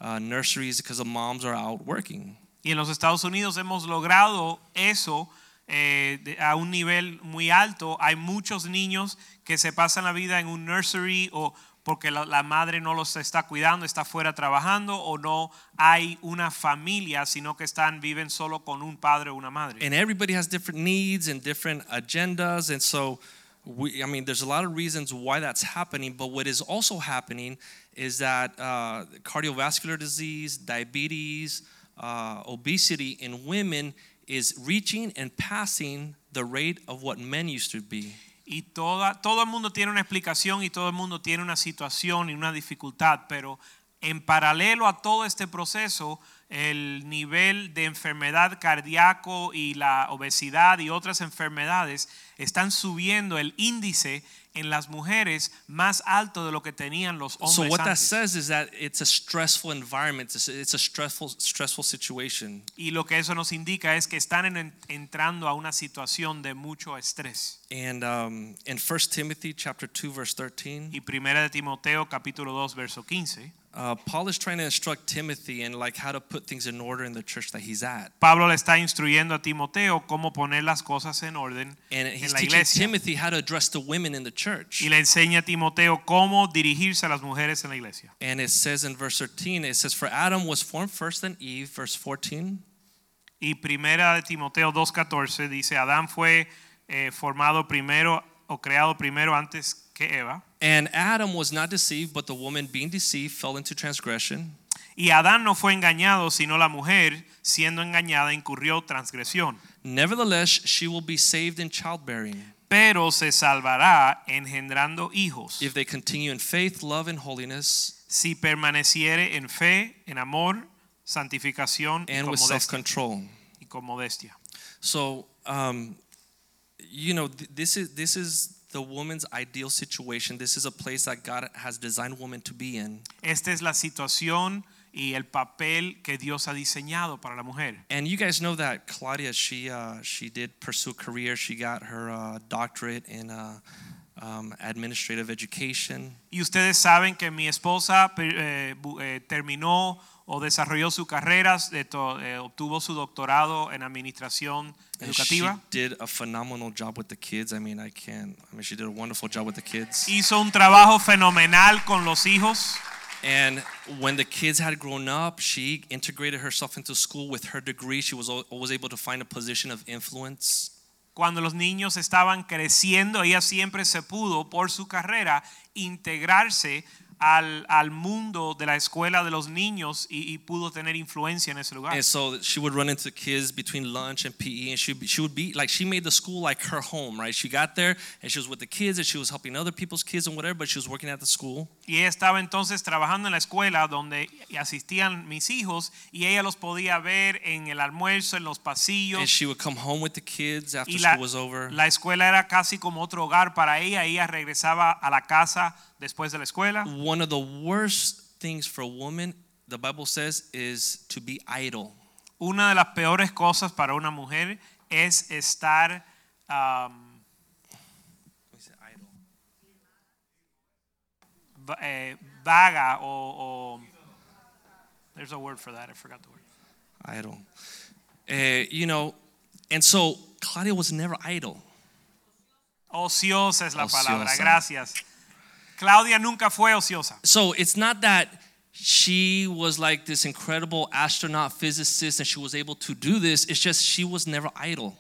S2: uh, nurseries because the moms are out working.
S5: Y en los Estados Unidos hemos logrado eso eh, de- a un nivel muy alto. Hay muchos niños que se pasan la vida en un nursery o porque la, la madre no los está cuidando, está fuera trabajando o no hay una familia, sino que están viven solo con un padre o una madre.
S2: And everybody has different needs and different agendas, and so. We, I mean, there's a lot of reasons why that's happening, but what is also happening is that uh, cardiovascular disease, diabetes, uh, obesity in women is reaching and passing the rate of what men used to be.
S5: Y toda, todo el mundo tiene una explicación y todo el mundo tiene una situación y una dificultad, pero en paralelo a todo este proceso, el nivel de enfermedad cardíaco y la obesidad y otras enfermedades están subiendo el índice en las mujeres más alto de lo que tenían los hombres.
S2: So what that
S5: antes.
S2: says is that it's a stressful environment. It's a, it's a stressful stressful situation.
S5: Y lo que eso nos indica es que están en- entrando a una situación de mucho estrés.
S2: And um, in 1 Timothy chapter 2 verse 13,
S5: Y primera de Timoteo capítulo 2 verso 15.
S2: uh, Paul is trying to instruct Timothy and like how to put things in order in the church that he's at.
S5: Pablo le está instruyendo a Timoteo cómo poner las cosas en orden
S2: And
S5: en
S2: he's
S5: la
S2: teaching
S5: iglesia.
S2: Timothy how to address the women in the church.
S5: Y le enseña a Timoteo cómo dirigirse a las mujeres en la iglesia.
S2: And it says in verse 13, it says, For Adam was formed first than Eve, verse 14.
S5: Y primera de Timoteo 2.14 dice, Adán fue eh, formado primero o creado primero antes que Eva.
S2: And Adam was not deceived, but the woman being deceived fell into transgression.
S5: Y Adán no fue engañado, sino la mujer, siendo engañada, incurrió transgresión.
S2: Nevertheless, she will be saved in childbearing.
S5: Pero se salvará engendrando hijos,
S2: if they continue in faith, love, and holiness,
S5: si permaneciere en fe, en amor, santificación y
S2: and
S5: con
S2: with self
S5: modestia-
S2: control.
S5: y con modestia.
S2: So, um, you know, th- this is this is the woman's ideal situation. This is a place that God has designed woman to be in.
S5: Esta es la situación y el papel que Dios ha diseñado para la mujer.
S2: And you guys know that Claudia, she uh, she did pursue a career. She got her uh, doctorate in uh, um, administrative education.
S5: Y ustedes saben que mi esposa per- eh, bu- eh, terminó o desarrolló su carrera, de to- eh, obtuvo su doctorado en administración
S2: And she
S5: educativa.
S2: did a phenomenal job with the kids. I mean, I can't. I mean, she did a wonderful job with the kids.
S5: Hizo un trabajo fenomenal con los hijos.
S2: And when the kids had grown up, she integrated herself into school with her degree. She was al- always able to find a position of influence.
S5: Cuando los niños estaban creciendo, ella siempre se pudo, por su carrera, integrarse al, al mundo de la escuela de los niños y, y pudo tener influencia en ese lugar.
S2: And so she would run into kids between lunch and PE, and she she would be like she made the school like her home, right? She got there and she was with the kids, and she was helping other people's kids and whatever. But she was working at the school,
S5: Y ella estaba entonces trabajando en la escuela donde asistían mis hijos y ella los podía ver en el almuerzo, en los
S2: and
S5: pasillos.
S2: she would come home with the kids after
S5: Y
S2: school
S5: la,
S2: was over.
S5: la escuela era casi como otro hogar para ella. Ella regresaba a la casa después de la escuela.
S2: One of the worst things for a woman, the Bible says, is to be idle.
S5: Una de las peores cosas para una mujer es estar um, va- eh, vaga o, o- There's a word for that, I forgot the word.
S2: Idle. Eh, you know, and so Claudia was never idle.
S5: Ociosa es la palabra,
S2: Ociosa.
S5: gracias. Claudia nunca fue ociosa.
S2: So it's not that she was like this incredible astronaut physicist and she was able to do this. It's just she was never idle.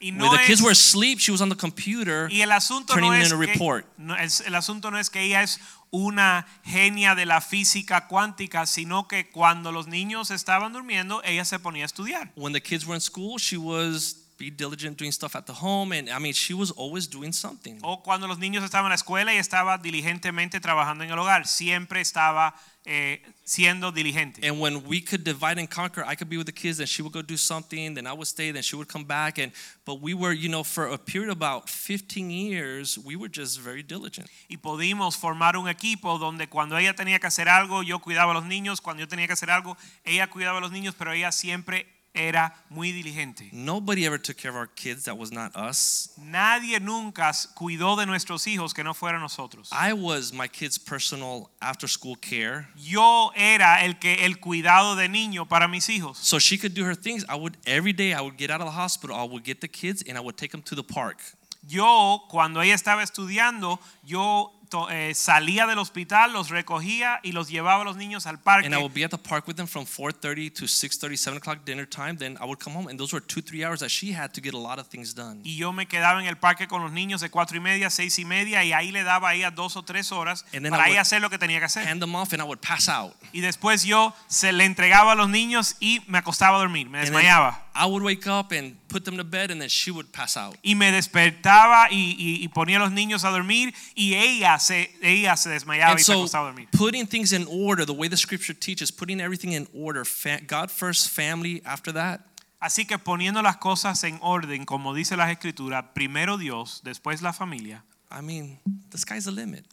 S5: Y
S2: When
S5: no
S2: the kids
S5: es-
S2: were asleep, she was on the computer
S5: Y el asunto,
S2: turning
S5: no
S2: in
S5: es
S2: a
S5: que,
S2: report.
S5: no, el, el asunto no es que ella es una genia de la física cuántica, sino que cuando los niños estaban durmiendo, ella se ponía a estudiar.
S2: When the kids were in school, she was be diligent doing stuff at the home and I mean she was always doing something.
S5: O cuando los niños estaban en la escuela y estaba diligentemente trabajando en el hogar, siempre estaba eh, siendo diligente.
S2: And when we could divide and conquer, I could be with the kids, and she would go do something, then I would stay, then she would come back. And but we were, you know, for a period of about 15 years, we were just very diligent.
S5: Y pudimos formar un equipo donde cuando ella tenía que hacer algo, yo cuidaba a los niños, cuando yo tenía que hacer algo, ella cuidaba a los niños, pero ella siempre era muy diligente.
S2: Nobody ever took care of our kids that was not us.
S5: Nadie nunca cuidó de nuestros hijos que no fueran nosotros.
S2: I was my kids' personal after school care.
S5: Yo era el que el cuidado de niño para mis hijos.
S2: So she could do her things. I would every day I would get out of the hospital, I would get the kids and I would take them to the park.
S5: Yo cuando ella estaba estudiando, yo to- eh, salía del hospital, los recogía y los llevaba a los niños al parque.
S2: And I would be at the park with them from 4:30 to 6:30, 7 o'clock dinner time. Then I would come home, and those were two, three hours that she had to get a lot of things done.
S5: Y yo me quedaba en el parque con los niños de cuatro y media, seis y media, y ahí le daba a ella dos o tres horas
S2: And then
S5: para
S2: I
S5: ella
S2: would-
S5: hacer lo que tenía que hacer.
S2: hand them off and I would pass out.
S5: Y después yo se le entregaba a los niños y me acostaba a dormir, me
S2: And then
S5: desmayaba.
S2: I would wake up and put them to bed and then she would pass out.
S5: Y me despertaba y, y- y ponía a los niños a dormir y ella se, ella se desmayaba
S2: And
S5: y se
S2: so
S5: acostaba a dormir.
S2: putting things in order, the way the scripture teaches, putting everything in order, fa- God first, family after that,
S5: Así que poniendo las cosas en orden, como dice la escritura, primero Dios, después la familia.
S2: I mean, the sky's the limit.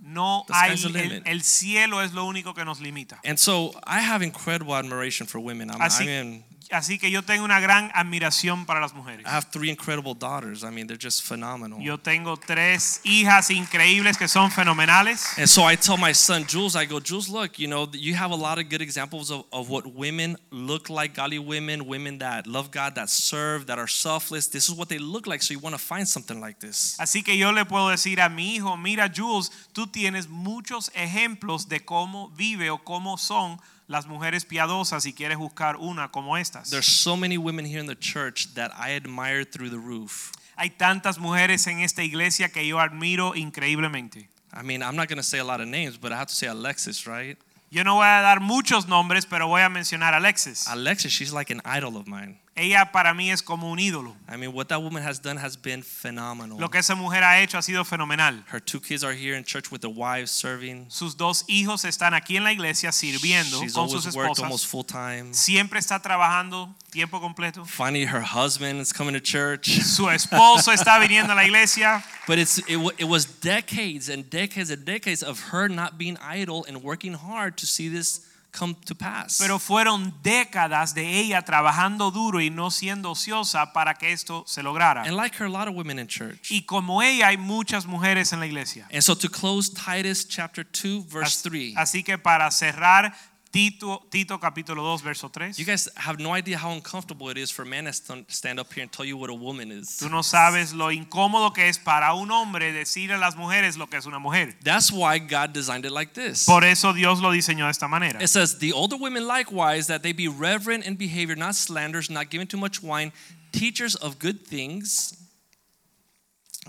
S5: No
S2: The
S5: hay
S2: sky's the
S5: el,
S2: limit.
S5: el cielo es lo único que nos limita.
S2: And so I have incredible admiration for women. I'm, I
S5: Así-
S2: mean,
S5: Así que yo tengo una gran admiración para las mujeres.
S2: I have three incredible daughters. I mean, they're just phenomenal.
S5: Yo tengo tres hijas increíbles que son fenomenales.
S2: And so I tell my son Jules, I go, Jules, look, you know, you have a lot of good examples of, of what women look like, godly women, women that love God, that serve, that are selfless. This is what they look like. So you want to find something like this.
S5: Así que yo le puedo decir a mi hijo, mira Jules, tú tienes muchos ejemplos de cómo vive o cómo son las mujeres piadosas y quieres buscar una como estas.
S2: There's so many women here in the church that I admire through the roof.
S5: Hay tantas mujeres en esta iglesia que yo admiro increíblemente.
S2: I mean, I'm not going to say a lot of names, but I have to say Alexis, right?
S5: Yo no voy a dar muchos nombres, pero voy a mencionar a Alexis.
S2: Alexis, she's like an idol of mine.
S5: Ella para mí es como un ídolo.
S2: I mean, what that woman has done has been phenomenal.
S5: Lo que esa mujer ha hecho ha sido fenomenal.
S2: Her two kids are here in church with their wives serving.
S5: Sus dos hijos están aquí en la iglesia sirviendo
S2: She's
S5: con sus
S2: always worked
S5: esposas.
S2: almost full time.
S5: siempre está trabajando tiempo completo.
S2: Finally, her husband is coming to church.
S5: Su esposo está viniendo a la iglesia,
S2: But it's, it, wa- it was decades and decades and decades of her not being idle and working hard to see this come to pass.
S5: pero fueron décadas de ella trabajando duro y no siendo ociosa para que esto se lograra.
S2: and like her, a lot of women in church.
S5: Y como ella hay muchas mujeres en la iglesia.
S2: And so to close Titus chapter 2, verse
S5: As-
S2: 3.
S5: Así que para cerrar Tito, Tito capítulo 2 verso 3.
S2: You guys have no idea how uncomfortable it is for a man to stand- stand up here and tell you what a woman is.
S5: Tú no sabes lo incómodo que es para un hombre decir a las mujeres lo que es una mujer.
S2: That's why God designed it like this.
S5: Por eso Dios lo diseñó de esta manera.
S2: It says, The older women likewise, that they be reverent in behavior, not slanders, not giving too much wine, teachers of good things.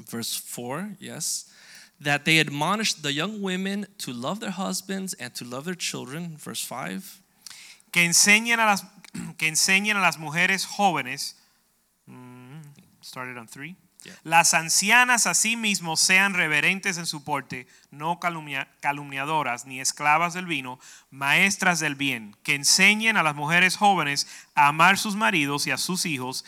S2: Verse 4, yes. That they admonish the young women to love their husbands and to love their children. Verse 5.
S5: que enseñen a las que enseñen a las mujeres jóvenes mm, started on three.
S2: Yeah.
S5: Las ancianas asimismo sean reverentes en su porte, no calumnia- calumniadoras ni esclavas del vino, maestras del bien, que enseñen a las mujeres jóvenes a amar sus maridos y a sus hijos,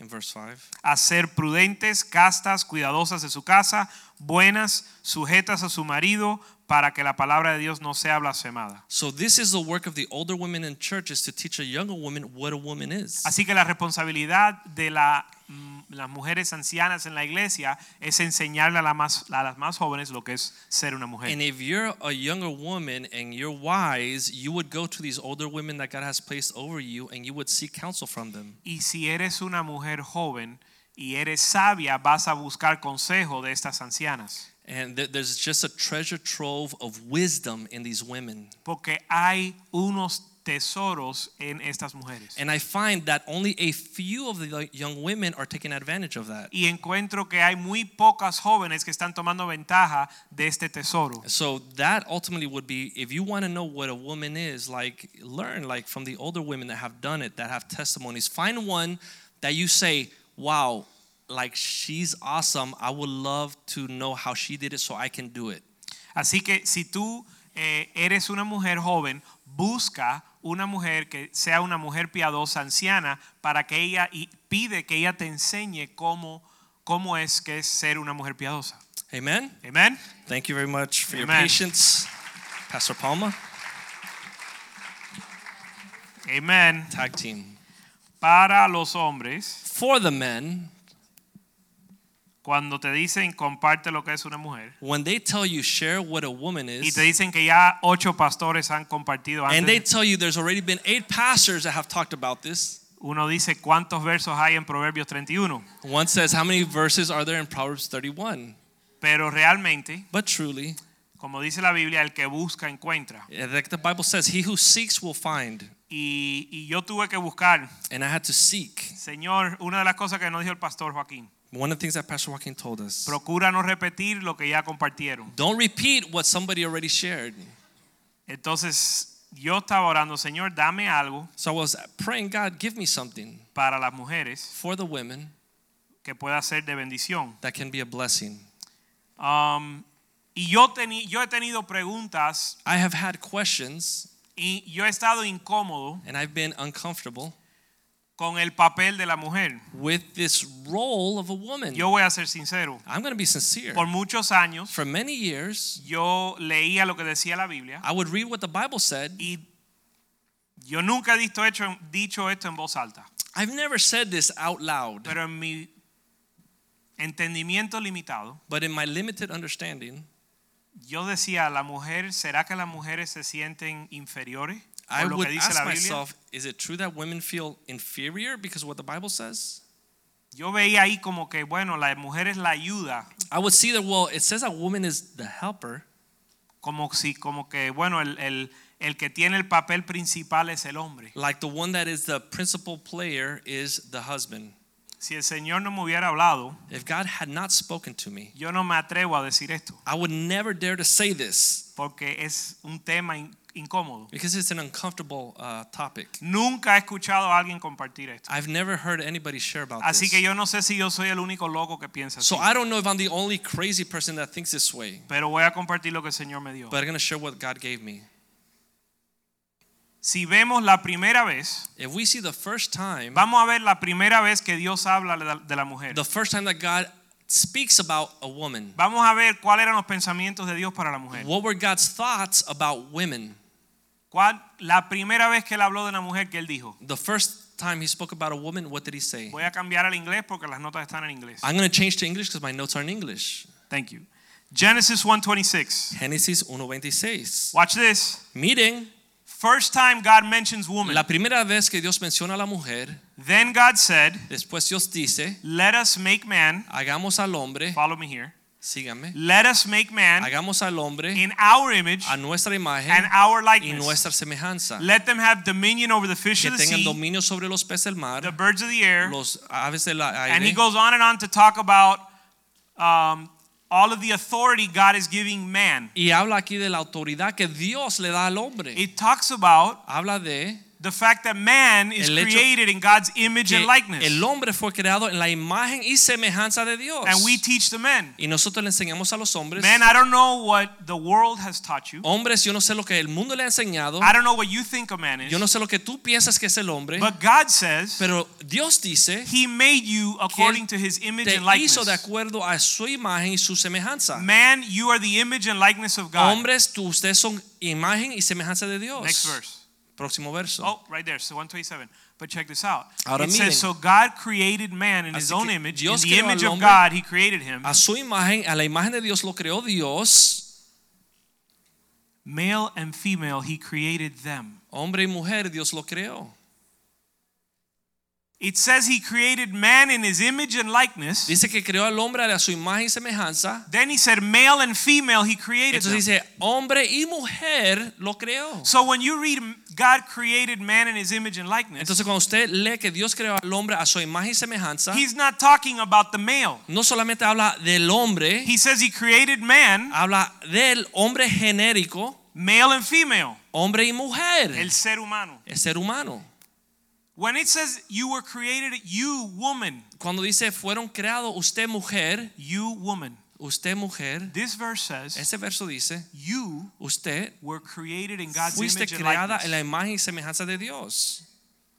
S2: In verse 5.
S5: a ser prudentes, castas, cuidadosas de su casa, buenas, sujetas a su marido, para que la palabra de Dios no sea blasfemada.
S2: So this is the work of the older women in churches to teach a younger woman what a woman is.
S5: Así que la responsabilidad de la- mm, las mujeres ancianas en la iglesia es enseñarle a, la más- a las más jóvenes lo que es ser una mujer.
S2: And if you're a younger woman and you're wise, you would go to these older women that God has placed over you and you would seek counsel from them.
S5: y si eres una mujer joven y eres sabia, vas a buscar consejo de estas ancianas.
S2: And th- there's just a treasure trove of wisdom in these women.
S5: porque hay unos tesoros en estas mujeres.
S2: And I find that only a few of the young women are taking advantage of that.
S5: Y encuentro que hay muy pocas jóvenes que están tomando ventaja de este tesoro.
S2: So that ultimately would be if you want to know what a woman is, like learn like from the older women that have done it, that have testimonies. Find one that you say, "Wow, like she's awesome. I would love to know how she did it so I can do it."
S5: Así que si tú eh, eres una mujer joven, busca una mujer que sea una mujer piadosa, anciana, para que ella y pide que ella te enseñe cómo, cómo es que es ser una mujer piadosa.
S2: Amen.
S5: Amén.
S2: Thank you very much for your
S5: Amen.
S2: patience, Pastor Palma.
S5: Amén.
S2: Tag team.
S5: Para los hombres,
S2: For the men,
S5: cuando te dicen comparte lo que es una mujer
S2: when they tell you share what a woman
S5: y
S2: is,
S5: te dicen que ya ocho pastores han compartido
S2: and they
S5: antes,
S2: tell you there's already been eight pastors that have talked about this.
S5: uno dice cuántos versos hay en Proverbios 31,
S2: One says, How many verses are there in Proverbs 31?
S5: pero realmente,
S2: But truly, eh,
S5: como dice la Biblia, el que busca encuentra.
S2: like the Bible says, He who seeks will find.
S5: Y, y yo tuve que buscar,
S2: And I had to seek.
S5: Señor, una de las cosas que nos dijo el pastor Joaquín,
S2: One of the things that Pastor Joaquin told us
S5: procura no repetir lo que ya compartieron.
S2: don't repeat what somebody already shared.
S5: Entonces yo estaba orando, Señor, dame algo
S2: So I was praying, God, give me something
S5: para las mujeres
S2: for the women
S5: que pueda ser de bendición.
S2: that can be a blessing.
S5: Um, y yo, teni- yo he tenido preguntas
S2: I have had questions
S5: y yo he estado incómodo
S2: and I've been uncomfortable
S5: con el papel de la mujer.
S2: with this role of a woman.
S5: Yo voy a ser sincero.
S2: I'm going to be sincere.
S5: Por muchos años
S2: For many years,
S5: yo leía lo que decía la Biblia
S2: I would read what the Bible said.
S5: y yo nunca he dicho, hecho- dicho esto en voz alta,
S2: I've never said this out loud.
S5: pero en mi entendimiento limitado,
S2: But in my limited understanding,
S5: yo decía, la mujer, ¿será que las mujeres se sienten inferiores?
S2: I
S5: Por lo
S2: would
S5: que dice
S2: ask
S5: la Biblia.
S2: myself, is it true that women feel inferior because of what the Bible says?
S5: Yo veía ahí como que, bueno, la mujer es la ayuda,
S2: I would see that, well, it says a woman is the helper,
S5: como si, como que, bueno, el, el- el que tiene el papel principal es el hombre.
S2: like the one that is the principal player is the husband.
S5: Si el Señor no me hubiera hablado,
S2: If God had not spoken to me,
S5: yo no me atrevo a decir esto,
S2: I would never dare to say this
S5: porque es un tema in- incómodo.
S2: because it's an uncomfortable uh, topic.
S5: Nunca he escuchado a alguien compartir esto.
S2: I've never heard anybody share about
S5: Así que
S2: this.
S5: yo no sé si yo soy el único loco que piensa así,
S2: So I don't know if I'm the only crazy person that thinks this way,
S5: pero voy a compartir lo que el Señor me dio.
S2: but I'm going to share what God gave me.
S5: Si vemos la primera vez,
S2: If we see the first time,
S5: vamos a ver la primera vez que Dios habla de la- de la mujer.
S2: the first time that God speaks about a woman,
S5: Vamos a ver cuáles eran los pensamientos de Dios para la mujer.
S2: what were God's thoughts about women?
S5: ¿Cuál, la primera vez que él habló de una mujer que él dijo,
S2: The first time he spoke about a woman, what did he say?
S5: voy a cambiar al inglés porque las notas están en inglés.
S2: I'm going to change to English because my notes are in English.
S5: Thank you. Genesis 1:26.
S2: Génesis 1:26.
S5: Watch this.
S2: Miren,
S5: First time God mentions woman.
S2: la primera vez que Dios menciona a la mujer,
S5: Then God said,
S2: después Dios dice,
S5: "Let us make man."
S2: hagamos al hombre,
S5: Follow me here.
S2: síganme,
S5: Let us make man
S2: hagamos al hombre
S5: in our image
S2: a nuestra
S5: and
S2: imagen
S5: our
S2: y
S5: likeness.
S2: nuestra semejanza,
S5: Let them have dominion over the fish
S2: que
S5: of the
S2: tengan
S5: sea,
S2: dominio sobre los peces del
S5: the
S2: mar,
S5: birds of the air.
S2: los aves del
S5: And he
S2: aire.
S5: goes on and on to talk about um, all of the authority God is giving man.
S2: Y habla aquí de la autoridad que Dios le da al hombre.
S5: It talks about
S2: habla de
S5: the fact that man is
S2: El hecho
S5: created in God's image
S2: que
S5: and likeness.
S2: el hombre fue creado en la imagen y semejanza de Dios.
S5: And we teach the men.
S2: y nosotros le enseñamos a los hombres,
S5: Men, I don't know what the world has taught you.
S2: hombres, yo no sé lo que el mundo le ha enseñado,
S5: I don't know what you think a man
S2: yo no
S5: is.
S2: sé lo que tú piensas que es el hombre,
S5: But God says
S2: pero Dios dice
S5: he made you according to his image
S2: te
S5: and likeness.
S2: hizo de acuerdo a su imagen y su semejanza.
S5: Man, you are the image and likeness of God.
S2: Hombres, tú, ustedes son imagen y semejanza de Dios.
S5: Next verse.
S2: Próximo verso.
S5: Oh, right there. So 127. But check this out.
S2: Ahora
S5: it
S2: miren.
S5: says, So God created man in
S2: Así
S5: his
S2: que
S5: own image.
S2: Dios
S5: in the
S2: creó al
S5: image of
S2: hombre.
S5: God, he created him.
S2: A su imagen, a la imagen de Dios lo creó Dios.
S5: Male and female, he created them.
S2: Hombre y mujer, Dios lo creó.
S5: It says he created man in his image and likeness.
S2: Dice que creó al hombre a su imagen y semejanza.
S5: Then he said male and female he created
S2: Entonces
S5: them.
S2: dice, hombre y mujer lo creó.
S5: So when you read God created man in his image and likeness,
S2: Entonces cuando usted lee que Dios creó al hombre a su imagen y semejanza,
S5: he's not talking about the male.
S2: no solamente habla del hombre,
S5: He says he created man,
S2: habla del hombre genérico,
S5: male and female,
S2: hombre y mujer,
S5: el
S2: el,
S5: ser humano.
S2: ser humano.
S5: When it says you were created, you woman,
S2: Cuando dice fueron creados usted mujer,
S5: you woman.
S2: usted mujer,
S5: This verse says
S2: ese verso dice,
S5: you
S2: usted
S5: were created in God's
S2: fuiste
S5: image and
S2: creada en la
S5: likeness.
S2: imagen y semejanza de Dios.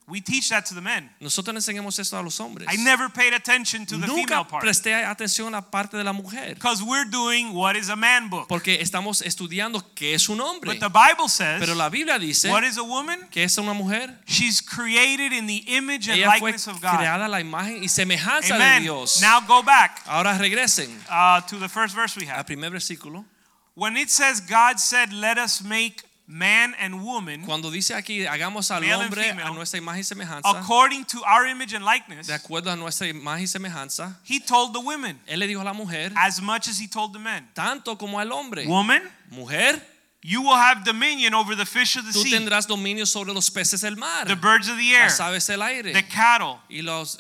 S5: We teach that to the men.
S2: Nosotros le enseñamos esto a los hombres.
S5: I never paid attention to the female
S2: Nunca
S5: part
S2: presté atención a la parte de la mujer,
S5: because we're doing what is a man book.
S2: porque estamos estudiando qué es un hombre.
S5: But the Bible says
S2: Pero la Biblia dice
S5: what is a woman?
S2: que es una mujer.
S5: She's created in the image and
S2: Ella fue
S5: likeness of God.
S2: creada a la imagen y semejanza de
S5: Amen.
S2: Dios.
S5: Now go back
S2: Ahora regresen
S5: uh, to the first verse we
S2: al
S5: have.
S2: primer versículo.
S5: When it says God said, "Let us make man and woman
S2: Cuando dice aquí, hagamos al
S5: Male and
S2: hombre a
S5: female,
S2: nuestra imagen y semejanza,
S5: according to our image and likeness,"
S2: de acuerdo a nuestra imagen y semejanza,
S5: He told the women
S2: él le dijo a la mujer,
S5: as much as he told the men.
S2: tanto como al hombre,
S5: Woman,
S2: mujer,
S5: you will have dominion over the fish of the
S2: tú
S5: sea,
S2: tendrás dominio sobre los peces del mar,
S5: the birds of the air,
S2: las aves del aire,
S5: the cattle,
S2: y los,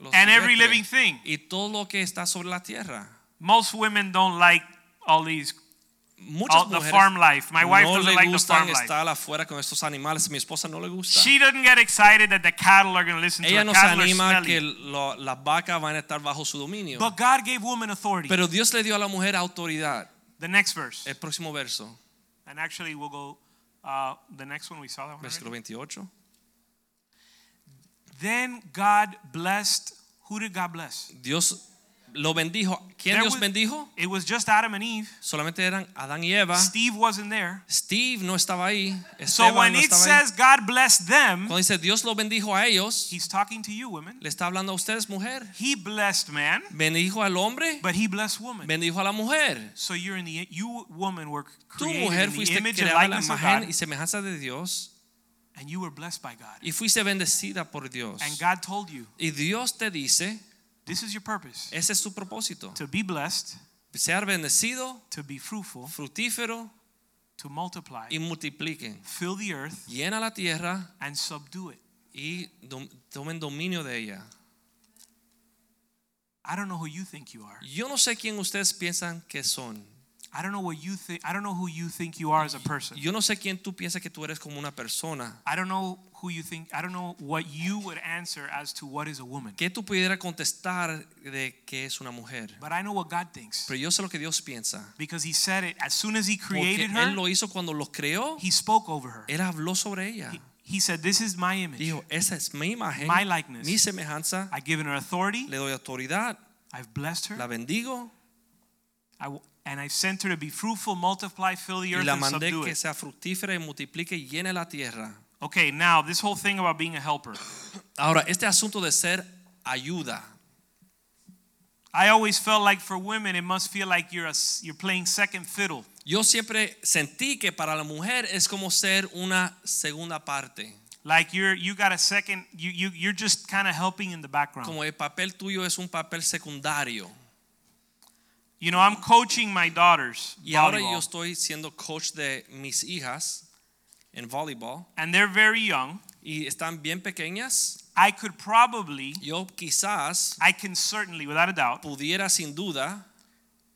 S2: los
S5: and every
S2: juguetes,
S5: living thing.
S2: y todo lo que está sobre la tierra.
S5: Most women don't like all these
S2: Muchas
S5: all the
S2: mujeres
S5: farm life. My wife
S2: no
S5: doesn't
S2: le
S5: like the
S2: gustan
S5: farm life.
S2: estar afuera con estos animales. Mi esposa no le gusta.
S5: She doesn't get excited that the cattle are going to listen to
S2: Ella
S5: her.
S2: nos
S5: Cattle are
S2: anima que
S5: smelly.
S2: lo- las vacas van a estar bajo su dominio.
S5: But God gave woman authority.
S2: Pero Eh. Dios le dio a la mujer autoridad.
S5: The next verse,
S2: El próximo verso,
S5: and actually we'll go. Uh, the next one we saw that one.
S2: versículo
S5: already.
S2: 28.
S5: Then God blessed. Who did God bless?
S2: Dios lo bendijo. ¿Quién
S5: There
S2: Dios
S5: was-
S2: bendijo?
S5: It was just Adam and Eve.
S2: Solamente eran Adán y Eva.
S5: Steve wasn't there.
S2: Steve no estaba ahí.
S5: So
S2: Esteban
S5: when
S2: no
S5: it
S2: estaba ahí.
S5: says God blessed them,
S2: Cuando dice Dios lo bendijo a ellos,
S5: he's talking to you women.
S2: le está hablando a ustedes, mujer.
S5: He blessed man,
S2: Bendijo al hombre,
S5: but he blessed woman.
S2: bendijo a la mujer.
S5: So you're in the you woman were
S2: Tu
S5: created
S2: mujer
S5: in the
S2: fuiste
S5: image and
S2: creada a la
S5: likeness of
S2: imagen
S5: God
S2: y semejanza de Dios
S5: and you were blessed by God.
S2: y fuiste bendecida por Dios.
S5: And God told you,
S2: Y Dios te dice,
S5: this is your purpose,
S2: ese es tu propósito.
S5: to be blessed,
S2: Ser bendecido,
S5: to be fruitful,
S2: fructífero
S5: to multiply,
S2: y multipliquen.
S5: fill the earth
S2: Llena la tierra
S5: and subdue it.
S2: y dom- tomen dominio de ella.
S5: I don't know who you think you are.
S2: Yo no sé quién ustedes piensan que son.
S5: I don't know what you think I don't know who you think you are as a person.
S2: Yo no sé quién tú piensas que tú eres como una persona.
S5: I don't know who you think I don't know what you would answer as to what is a woman.
S2: ¿Qué tú pudieras contestar de que es una mujer?
S5: But I know what God thinks
S2: Pero yo sé lo que Dios piensa.
S5: because He said it as soon as He
S2: Porque
S5: created
S2: Él
S5: her,
S2: lo hizo cuando lo creó.
S5: He spoke over her.
S2: Él habló sobre ella.
S5: He, he said, This is my image.
S2: Dijo, esa es mi imagen,
S5: My likeness.
S2: mi semejanza.
S5: I've given her authority,
S2: Le doy autoridad,
S5: I've blessed
S2: la
S5: her,
S2: bendigo
S5: I w- and I've sent her to be fruitful, multiply, fill the
S2: y
S5: earth,
S2: la
S5: and
S2: mandé
S5: subdue
S2: que
S5: it.
S2: sea fructífera y multiplique y llene la tierra.
S5: Okay, now this whole thing about being a helper.
S2: Ahora, este asunto de ser ayuda.
S5: I always felt like for women, it must feel like you're, a s you're playing second fiddle.
S2: Yo siempre sentí que para la mujer es como ser una segunda parte.
S5: Like you're, you got a second, you, you, you're just kind of helping in the background.
S2: Como el papel tuyo es un papel secundario.
S5: You know, I'm coaching my daughters.
S2: Y ahora yo
S5: volleyball,
S2: estoy siendo coach de mis hijas en voleibol
S5: and they're very young.
S2: y están bien pequeñas.
S5: I could probably
S2: Yo quizás
S5: I can certainly, without a doubt,
S2: pudiera sin duda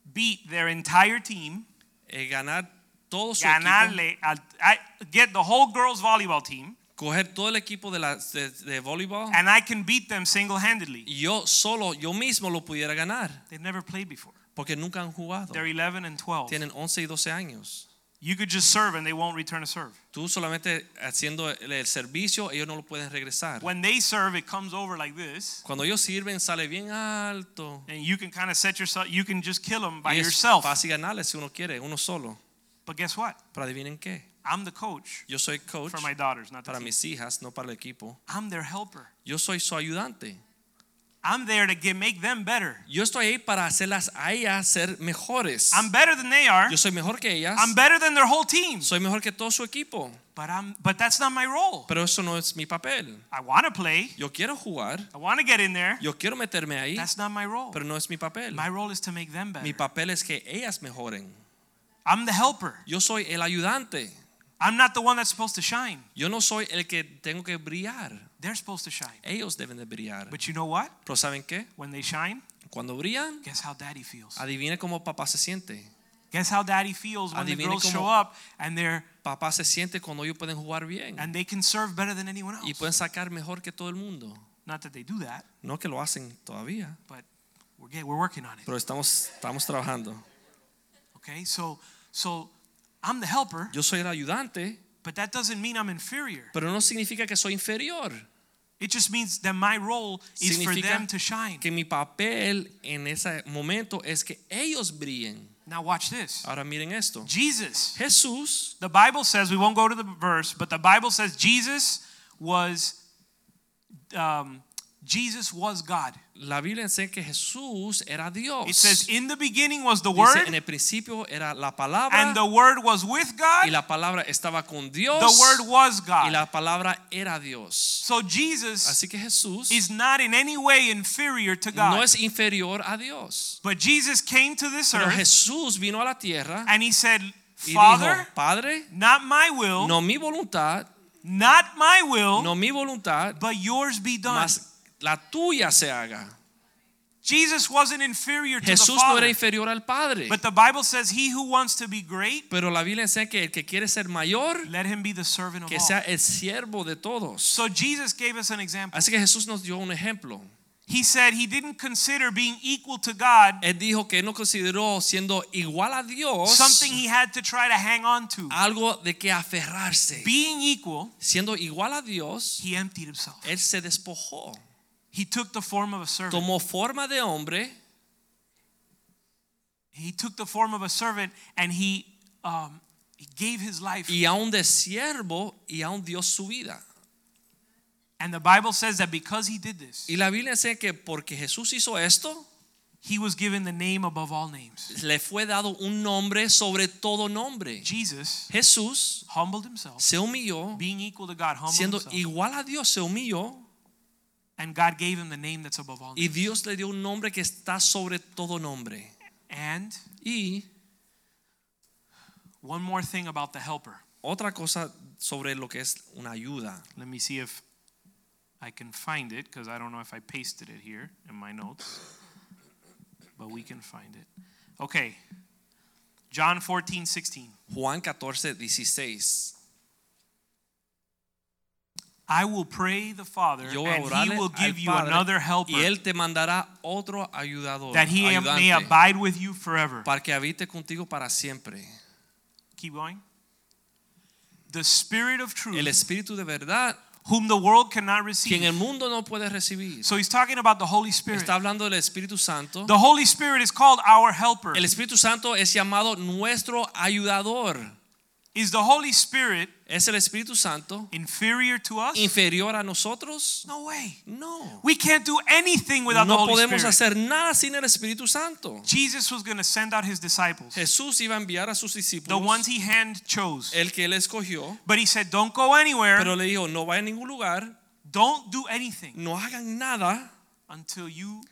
S5: beat their entire team,
S2: eh, ganar todo su equipo,
S5: ganarle, al, I get the whole girls volleyball team,
S2: coger todo el equipo de, la, de, de voleibol
S5: and I can beat them single-handedly.
S2: y yo solo, yo mismo lo pudiera ganar
S5: They've never played before.
S2: porque nunca han jugado.
S5: They're 11 and 12.
S2: Tienen 11 y 12 años.
S5: You could just serve and they won't return a serve.
S2: Tú solamente haciendo el, el servicio, ellos no lo pueden regresar.
S5: When they serve, it comes over like this,
S2: Cuando ellos sirven, sale bien alto.
S5: and you can kind of set yourself, you can just kill them by
S2: Y es
S5: yourself.
S2: fácil ganarles si uno quiere, uno solo.
S5: But guess what?
S2: Pero adivinen qué.
S5: I'm the coach
S2: Yo soy coach
S5: for my daughters, not the
S2: para
S5: team.
S2: mis hijas, no para el equipo.
S5: I'm their helper.
S2: Yo soy su ayudante.
S5: I'm there to get, make them better.
S2: Yo estoy ahí para hacerlas a ellas ser mejores.
S5: I'm better than they are.
S2: Yo soy mejor que ellas.
S5: I'm better than their whole team.
S2: Soy mejor que todo su equipo.
S5: But I'm but that's not my role.
S2: Pero eso no es mi papel.
S5: I want to play.
S2: Yo quiero jugar.
S5: I want to get in there.
S2: Yo quiero meterme ahí.
S5: That's not my role.
S2: Pero no es mi papel.
S5: My role is to make them better.
S2: Mi papel es que ellas mejoren.
S5: I'm the helper.
S2: Yo soy el ayudante.
S5: I'm not the one that's supposed to shine.
S2: Yo no soy el que tengo que brillar.
S5: They're supposed to shine.
S2: Ellos deben de brillar.
S5: But you know what?
S2: Pero ¿saben qué?
S5: When they shine,
S2: Cuando brillan,
S5: guess how daddy feels.
S2: adivina cómo papá se siente.
S5: Guess how daddy feels when the
S2: Adivine
S5: girls
S2: cómo-
S5: show up and they're
S2: Papá se siente cuando ellos pueden jugar bien
S5: and they can serve better than anyone
S2: y
S5: else.
S2: pueden sacar mejor que todo el mundo.
S5: Not that they do that,
S2: No que lo hacen todavía,
S5: but we're get, we're working on it.
S2: pero estamos, estamos trabajando.
S5: Okay? So so I'm the helper,
S2: Yo soy el ayudante,
S5: but that doesn't mean I'm inferior.
S2: pero no significa que soy inferior.
S5: It just means that my role is for
S2: Significa
S5: them to shine.
S2: Que mi papel en ese momento es que ellos brillen.
S5: Now watch this.
S2: Ahora miren esto.
S5: Jesus.
S2: Jesús,
S5: The Bible says we won't go to the verse, but the Bible says Jesus was um, Jesus was God.
S2: la Biblia enseña que Jesús era Dios.
S5: It says in the beginning was the
S2: Oh, Dice,
S5: Word,
S2: en el principio era la palabra
S5: and the Word was with
S2: y
S5: God.
S2: la palabra estaba con Dios
S5: The Word was
S2: y
S5: God.
S2: la palabra era Dios.
S5: So Jesus
S2: Así que Jesús
S5: is not in any way inferior to
S2: no
S5: God.
S2: es inferior a Dios.
S5: But Jesus came to this
S2: Pero
S5: earth
S2: Jesús vino a la tierra
S5: and he said,
S2: y
S5: "Father,
S2: dijo, Padre,
S5: not my will,
S2: no mi voluntad,
S5: not my
S2: no
S5: will,
S2: mi voluntad,
S5: but yours be done."
S2: mas la tuya se haga.
S5: Jesus wasn't inferior to the
S2: Jesús no era
S5: Father.
S2: inferior al Padre.
S5: But the Bible says, "He who wants to be great,
S2: Pero la Biblia enseña que el que quiere ser mayor,
S5: let him be the servant of
S2: que sea
S5: all."
S2: el siervo de todos.
S5: So Jesus gave us an example.
S2: Así que Jesús nos dio un ejemplo.
S5: He said he didn't consider being equal to God
S2: Él dijo que él no consideró siendo igual a Dios
S5: something he had to try to hang on to.
S2: algo de que aferrarse.
S5: Being equal,
S2: Siendo igual a Dios,
S5: he emptied himself.
S2: él se despojó.
S5: He took the form of a servant.
S2: Tomó forma de hombre,
S5: He took the form of a servant, and he, um, he gave his life.
S2: y aún de siervo y aún dio su vida.
S5: And the Bible says that because he did this,
S2: Y la Biblia dice que porque Jesús hizo esto,
S5: he was given the name above all names.
S2: le fue dado un nombre sobre todo nombre.
S5: Jesus
S2: Jesús
S5: humbled himself,
S2: se humilló,
S5: being equal to God, humbled
S2: siendo
S5: himself,
S2: igual a Dios, se humilló
S5: and God gave him the name that's above all
S2: y
S5: names.
S2: Dios le dio un nombre que está sobre todo nombre.
S5: And
S2: Y
S5: One more thing about the helper.
S2: otra cosa sobre lo que es una ayuda.
S5: Let me see if I can find it because I don't know if I pasted it here in my notes. But we can find it. Okay. John 14, 16.
S2: Juan 14, 16.
S5: I will pray the Father,
S2: Yo voy a
S5: and he
S2: orarle
S5: will
S2: al
S5: give you
S2: Padre,
S5: another helper
S2: y él te mandará otro ayudador,
S5: that he am- may
S2: ayudante,
S5: abide with you forever.
S2: para que habite contigo para siempre.
S5: Keep going. The Spirit of truth,
S2: El Espíritu de verdad,
S5: whom the world cannot
S2: quien
S5: receive.
S2: el mundo no puede recibir.
S5: So he's talking about the Holy Spirit.
S2: Está hablando del Espíritu Santo.
S5: The Holy Spirit is called our helper.
S2: El Espíritu Santo es llamado nuestro ayudador.
S5: Is the Holy Spirit
S2: ¿Es el Espíritu Santo
S5: inferior to us?
S2: inferior a nosotros?
S5: No way.
S2: No.
S5: We can't do anything without the
S2: No
S5: Holy
S2: podemos
S5: Spirit.
S2: hacer nada sin el Espíritu Santo.
S5: Jesus was going to send out his disciples,
S2: Jesús iba a enviar a sus
S5: the
S2: discípulos,
S5: ones he hand chose.
S2: el que él escogió,
S5: But he said, "Don't go anywhere.
S2: pero le Mm. dijo, no vayan a ningún lugar,
S5: Don't do anything
S2: no hagan nada
S5: until you,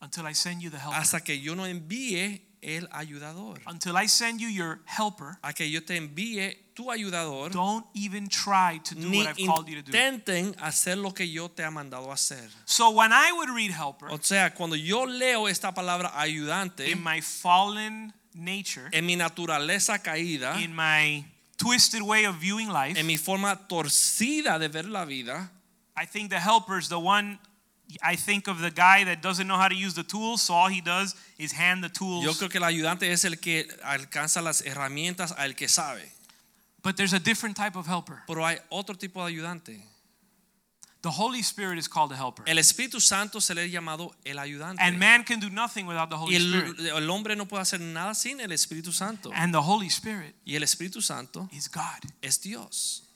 S5: until I send you the helper.
S2: hasta que yo no envíe el ayudador.
S5: Until I send you your helper.
S2: A que yo te envíe tu ayudador,
S5: Don't even try to do
S2: ni
S5: what I've called you to do."
S2: intenten hacer lo que yo te ha mandado a hacer.
S5: So when I would read helper
S2: O sea, cuando yo leo esta palabra ayudante,
S5: in my fallen nature,
S2: en mi naturaleza caída,
S5: in my twisted way of viewing life,
S2: ah. en mi forma torcida de ver la vida,
S5: I think the helper's the one. I think of the guy that doesn't know how to use the tools, so all he does is hand the tools.
S2: yo creo que el ayudante es el que alcanza las herramientas al que sabe.
S5: But there's a different type of helper.
S2: Pero hay otro tipo de ayudante.
S5: The Holy Spirit is called a helper.
S2: El Espíritu Santo se le ha llamado el ayudante.
S5: And man can do nothing without the
S2: y
S5: Holy Spirit.
S2: el, el hombre no puede hacer nada sin el Espíritu Santo.
S5: And the Holy Spirit
S2: Y el Espíritu Santo
S5: is God.
S2: es Dios.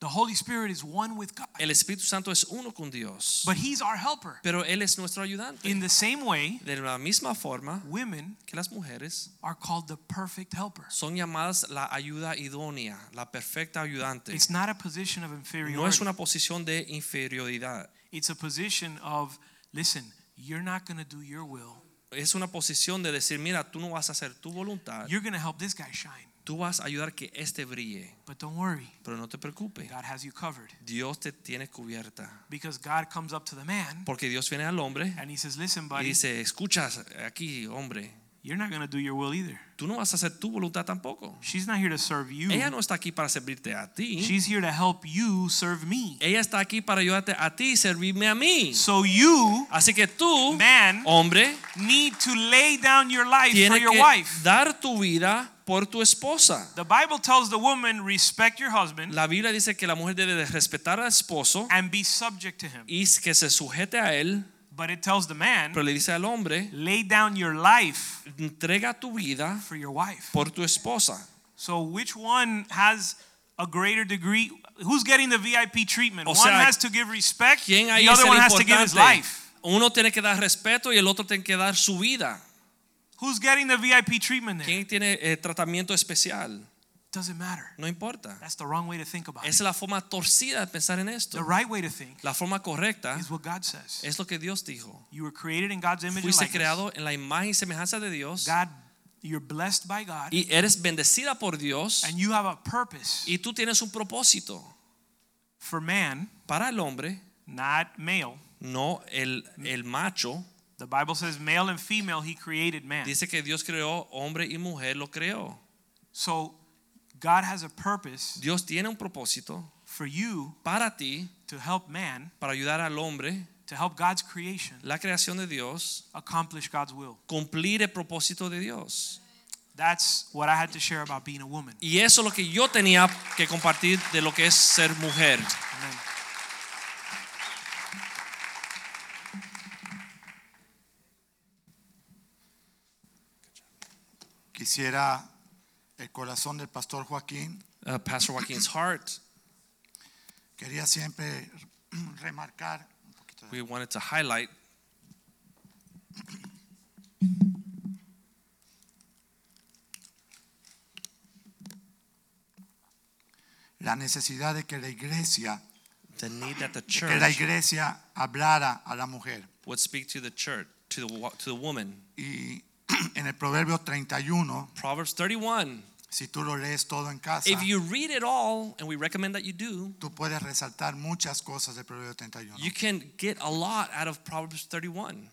S5: The Holy Spirit is one with God.
S2: El Espíritu Santo es uno con Dios,
S5: But he's our helper.
S2: pero Él es nuestro ayudante.
S5: In the same way,
S2: De la misma forma
S5: women
S2: que las mujeres
S5: are called the perfect helper.
S2: son llamadas la ayuda idónea, la perfecta ayudante.
S5: It's not a position of inferiority.
S2: No es una posición de inferioridad,
S5: It's a position of listen, you're not going to do your will.
S2: es una posición de decir, mira, tú no vas a hacer tu voluntad,
S5: You're going to help this guy shine.
S2: tú vas a ayudar que éste brille,
S5: But don't worry.
S2: pero no te preocupes,
S5: God has you covered
S2: Dios te tiene cubierta,
S5: because God comes up to the man
S2: porque Dios viene al hombre
S5: and he says, "Listen,
S2: y
S5: buddy,
S2: dice, escuchas aquí, hombre,
S5: you're not going to do your will either.
S2: tú no vas a hacer tu voluntad tampoco.
S5: She's not here to serve you.
S2: Ella no está aquí para servirte a ti,
S5: She's here to help you serve me."
S2: ella está aquí para ayudarte a ti y servirme a mí.
S5: So you,
S2: Así que tú,
S5: man,
S2: hombre,
S5: need to lay down your life for
S2: tienes
S5: your
S2: Oh. que
S5: wife.
S2: dar tu vida por tu esposa.
S5: The Bible tells the woman, "Respect your husband
S2: La Biblia dice que la mujer debe de respetar al esposo
S5: and be subject to him."
S2: y que se sujete a él,
S5: But it tells the man,
S2: pero le dice al hombre,
S5: lay down your life
S2: entrega tu vida
S5: for your wife.
S2: por tu esposa.
S5: So which one has a greater degree? Who's getting the VIP treatment?
S2: O
S5: one
S2: sea,
S5: has to give respect.
S2: ¿Quién ahí
S5: The
S2: es
S5: other
S2: el
S5: one has to give his
S2: importante?
S5: life.
S2: Uno tiene que dar respeto y el otro tiene que dar su vida.
S5: Who's getting the VIP treatment there?
S2: ¿Quién tiene eh, tratamiento especial?
S5: Doesn't matter.
S2: No importa.
S5: That's the wrong way to think about
S2: Esa es
S5: it.
S2: la forma torcida de pensar en esto.
S5: The right way to think
S2: La forma correcta
S5: is what God says.
S2: es lo que Dios dijo.
S5: You were created in God's image and
S2: Fuiste
S5: likeness.
S2: creado en la imagen y semejanza de Dios
S5: God, you're blessed by God,
S2: y eres bendecida por Dios
S5: and you have a purpose
S2: y tú tienes un propósito
S5: for man,
S2: para el hombre,
S5: not male.
S2: no el, el macho.
S5: The Bible says, male and female, He created man.
S2: Dice que Dios creó hombre y mujer, lo creó.
S5: So God has a purpose
S2: Dios tiene un propósito
S5: for you
S2: para ti,
S5: to help man,
S2: para ayudar al hombre,
S5: to help God's creation
S2: la creación de Dios,
S5: accomplish God's will.
S2: cumplir el propósito de Dios.
S5: That's what I had to share about being a woman.
S2: Y eso es lo que yo tenía que compartir de lo que es ser mujer.
S5: Amen.
S1: Quisiera el corazón del pastor Joaquín,
S2: Uh, Pastor Joaquin's heart,
S1: quería siempre remarcar un poquito de-
S2: we wanted to highlight
S1: la necesidad de que la iglesia,
S2: the need that the
S1: que la
S2: church
S1: iglesia hablara a la mujer.
S2: would speak to the church, to the, wo- to the woman.
S1: Y en el Proverbio 31,
S2: Proverbs 31.
S1: si tú lo lees todo en casa,
S2: If you read it all, and we recommend that you do,
S1: tú puedes resaltar muchas cosas del Proverbio 31.
S2: you can get a lot out of Proverbs 31.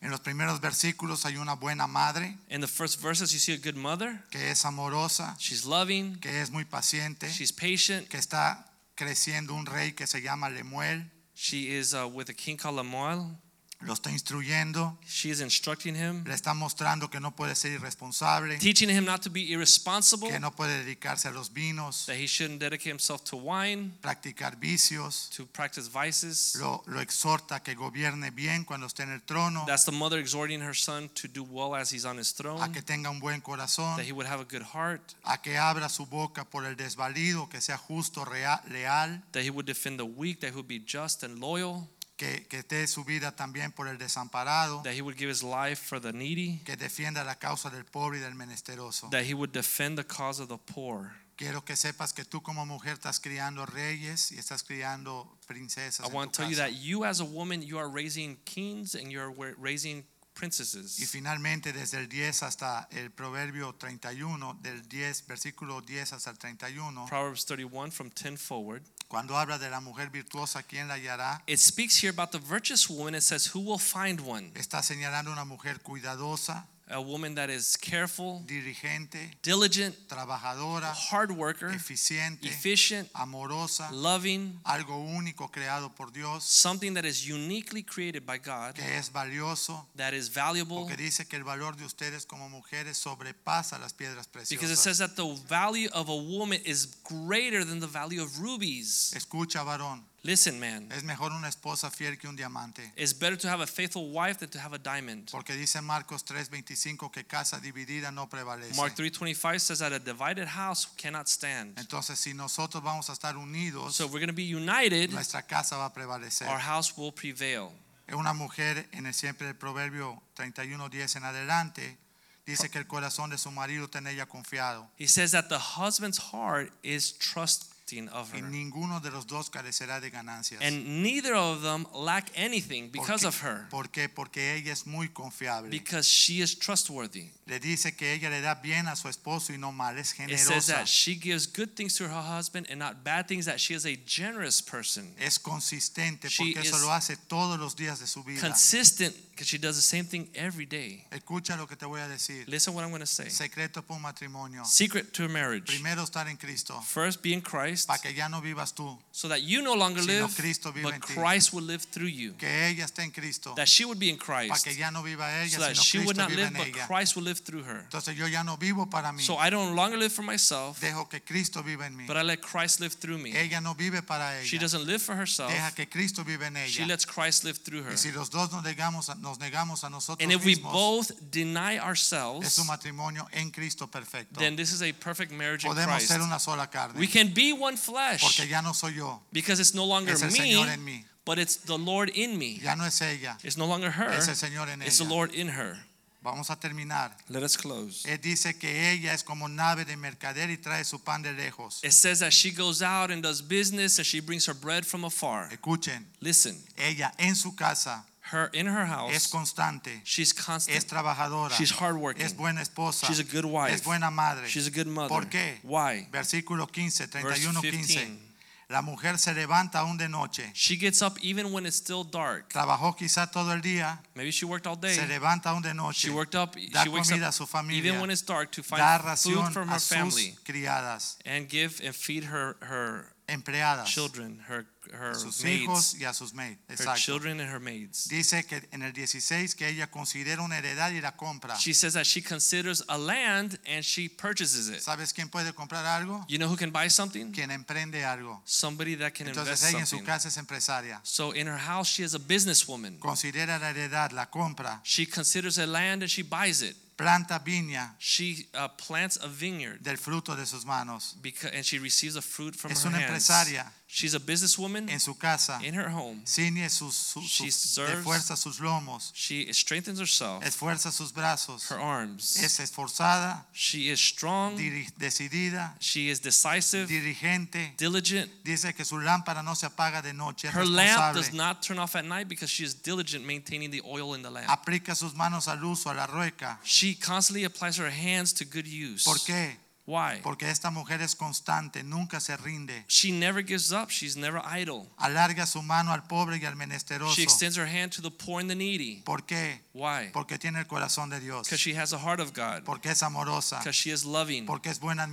S1: En los primeros versículos hay una buena madre
S2: In the first verses, you see a good mother.
S1: que es amorosa,
S2: She's loving.
S1: que es muy paciente,
S2: She's patient.
S1: que está creciendo un rey que se llama Lemuel,
S2: She is uh, with a king called Lamuel.
S1: lo está instruyendo,
S2: She is instructing him,
S1: le está mostrando que no puede ser irresponsable,
S2: teaching him not to be irresponsible,
S1: que no puede dedicarse a los vinos,
S2: that he shouldn't dedicate himself to wine,
S1: practicar vicios,
S2: to practice vices.
S1: lo, lo exhorta que gobierne bien cuando esté en el trono,
S2: That's the mother exhorting her son to do well as he's on his
S1: a
S2: throne,
S1: que tenga un buen corazón,
S2: that he would have a good heart,
S1: a que abra su boca por el desvalido, que sea justo, rea- leal,
S2: that he would defend the weak, that he would be just and loyal,
S1: que, que dé su vida también por el desamparado,
S2: that he would give his life for the needy,
S1: que defienda la causa del pobre y del menesteroso.
S2: that he would defend the cause of the poor.
S1: Quiero que sepas que tú como mujer estás criando reyes y estás criando princesas.
S2: I
S1: en
S2: want
S1: tu
S2: to tell you
S1: casa.
S2: that you, as a woman, you are raising kings and you're wa- raising
S1: Y
S2: princesses.
S1: finalmente desde el 10 hasta el proverbio 31, del 10, versículo 10 hasta el 31,
S2: Proverbs 31 from 10 forward.
S1: cuando habla de la mujer virtuosa, ¿quién la hallará?
S2: It speaks here about the virtuous woman. It says, Who will find one?
S1: Está señalando una mujer cuidadosa,
S2: A woman that is careful,
S1: dirigente,
S2: diligent,
S1: trabajadora,
S2: hard worker,
S1: eficiente,
S2: efficient,
S1: amorosa,
S2: loving,
S1: algo único creado por Dios,
S2: something that is uniquely created by God,
S1: que es valioso,
S2: that is valuable.
S1: porque dice que el valor de ustedes como mujeres sobrepasa las piedras
S2: Because it
S1: preciosas.
S2: says that the value of a woman is greater than the value of rubies.
S1: Escucha, varón,
S2: Listen, man,
S1: Es mejor una esposa fiel que un diamante.
S2: it's better to have a faithful wife than to have a diamond.
S1: Porque dice Marcos 3:25 que casa dividida no prevalece.
S2: Mark 3:25 says that a divided house cannot stand.
S1: Entonces si nosotros vamos a estar unidos,
S2: So if we're going to be united,
S1: nuestra casa va a prevalecer.
S2: our house will prevail.
S1: Una mujer en el siempre el proverbio 31:10 en adelante dice que el corazón de su marido tiene ella confiado
S2: He says that the husband's heart is trusting of
S1: y
S2: her.
S1: ninguno de los dos carecerá de ganancias.
S2: And neither of them lack anything
S1: ¿Por
S2: because
S1: qué?
S2: of her,
S1: ¿Por qué? Porque ella es muy confiable.
S2: because she is trustworthy.
S1: Le dice que ella le da bien a su esposo y no mal, es
S2: It says
S1: generosa,
S2: that she gives good things to her husband and not bad things, that she is a generous person,
S1: es consistente
S2: She
S1: porque eso
S2: is
S1: lo hace todos los días de su vida.
S2: consistent, because she does the same thing every day.
S1: Escucha lo que te voy a decir.
S2: Listen what I'm going to say.
S1: Secreto para un matrimonio.
S2: Secret to marriage.
S1: Primero estar en Cristo,
S2: First, be in Christ,
S1: para que ya no vivas tú,
S2: so that you no longer
S1: Sino
S2: live,
S1: Cristo vive en
S2: but
S1: ti.
S2: Christ will live through you.
S1: que ella esté en Cristo,
S2: That she would be in
S1: para
S2: Christ,
S1: que ya no viva ella,
S2: so that she
S1: sino
S2: would
S1: Cristo
S2: not
S1: vive
S2: live,
S1: en
S2: but
S1: ella.
S2: Christ will live through her.
S1: Entonces yo ya no vivo para mí,
S2: So I don't longer live for myself,
S1: dejo que Cristo viva en mí.
S2: but I let Christ live through me.
S1: Ella no vive para
S2: She
S1: ella,
S2: doesn't live for herself.
S1: deja que Cristo viva en
S2: She
S1: ella.
S2: lets Christ live through her.
S1: Y si los dos nos negamos, a- nos negamos a nosotros
S2: And if we
S1: mismos,
S2: both deny
S1: es
S2: ourselves,
S1: un matrimonio en Cristo perfecto.
S2: then this is a perfect marriage in
S1: Podemos
S2: Christ.
S1: ser una sola
S2: We
S1: carne,
S2: can be one flesh
S1: porque ya no soy yo,
S2: because it's no longer
S1: es el
S2: me,
S1: Señor en mí,
S2: but it's the Lord in me.
S1: ya no es ella,
S2: It's no longer her,
S1: es el Señor en
S2: it's the
S1: ella.
S2: Lord in her.
S1: Vamos a terminar.
S2: Let us close.
S1: Él dice que ella es como nave de mercader y trae su pan de lejos.
S2: It says that she goes out and does business and she brings her bread from afar.
S1: Escuchen,
S2: Listen,
S1: ella en su casa
S2: her in her
S1: es
S2: house,
S1: constante,
S2: she's
S1: es
S2: constant.
S1: trabajadora,
S2: She's hardworking.
S1: es buena esposa,
S2: She's a good wife.
S1: es buena madre.
S2: She's a good mother.
S1: ¿Por qué?
S2: Why?
S1: Versículo 15,
S2: Verse
S1: 31, 15.
S2: 15.
S1: La mujer se levanta aún de noche.
S2: She gets up even when it's still dark.
S1: Trabajó quizá todo el día,
S2: Maybe she worked all day.
S1: se levanta aún de
S2: She
S1: noche.
S2: worked up.
S1: Da
S2: She wakes
S1: comida a
S2: up
S1: su familia.
S2: even when it's dark to
S1: Da
S2: find food
S1: ración
S2: from
S1: a
S2: her
S1: sus
S2: family
S1: criadas,
S2: and give and feed her her
S1: empleadas,
S2: children, her her
S1: a sus hijos
S2: maids,
S1: y a sus maids.
S2: her
S1: Exacto.
S2: children and her maids.
S1: Dice que en el 16 que ella considera una heredad y la compra.
S2: She says that she considers a land and she purchases it.
S1: ¿Sabes quién puede comprar algo?
S2: You know who can buy something?
S1: Quien emprende algo.
S2: Somebody that can
S1: Entonces
S2: invest
S1: ella en su
S2: something.
S1: casa es empresaria.
S2: So in her house, she is a businesswoman.
S1: Considera la heredad, la compra,
S2: She considers a land and she buys it.
S1: planta viña
S2: She uh, plants a vineyard
S1: del fruto de sus manos.
S2: because, and she receives a fruit from
S1: Es
S2: her
S1: una
S2: hands.
S1: empresaria
S2: She's a businesswoman
S1: en su casa.
S2: in her home.
S1: Ciñe sus, su-
S2: She
S1: sus-
S2: serves-
S1: de fuerza sus lomos,
S2: She strengthens herself,
S1: esfuerza sus brazos.
S2: her arms.
S1: Es esforzada,
S2: She is strong.
S1: diri- decidida,
S2: She is decisive,
S1: dirigente.
S2: diligent.
S1: Dice que su lámpara no se apaga de noche. Es
S2: Her lamp does
S1: responsable.
S2: not turn off at night because she is diligent maintaining the oil in the lamp.
S1: Aplica sus manos al uso, a la rueca.
S2: She constantly applies her hands to good use.
S1: ¿Por qué?
S2: Why?
S1: Porque esta mujer es constante, nunca se rinde.
S2: She never gives up. She's never idle.
S1: Alarga su mano al pobre y al menesteroso.
S2: She extends her hand to the poor and the needy.
S1: ¿Por qué?
S2: Why?
S1: Porque tiene el corazón de Dios.
S2: Because she has a heart of God.
S1: Porque es amorosa.
S2: Because she is loving.
S1: Porque es buena
S2: She's a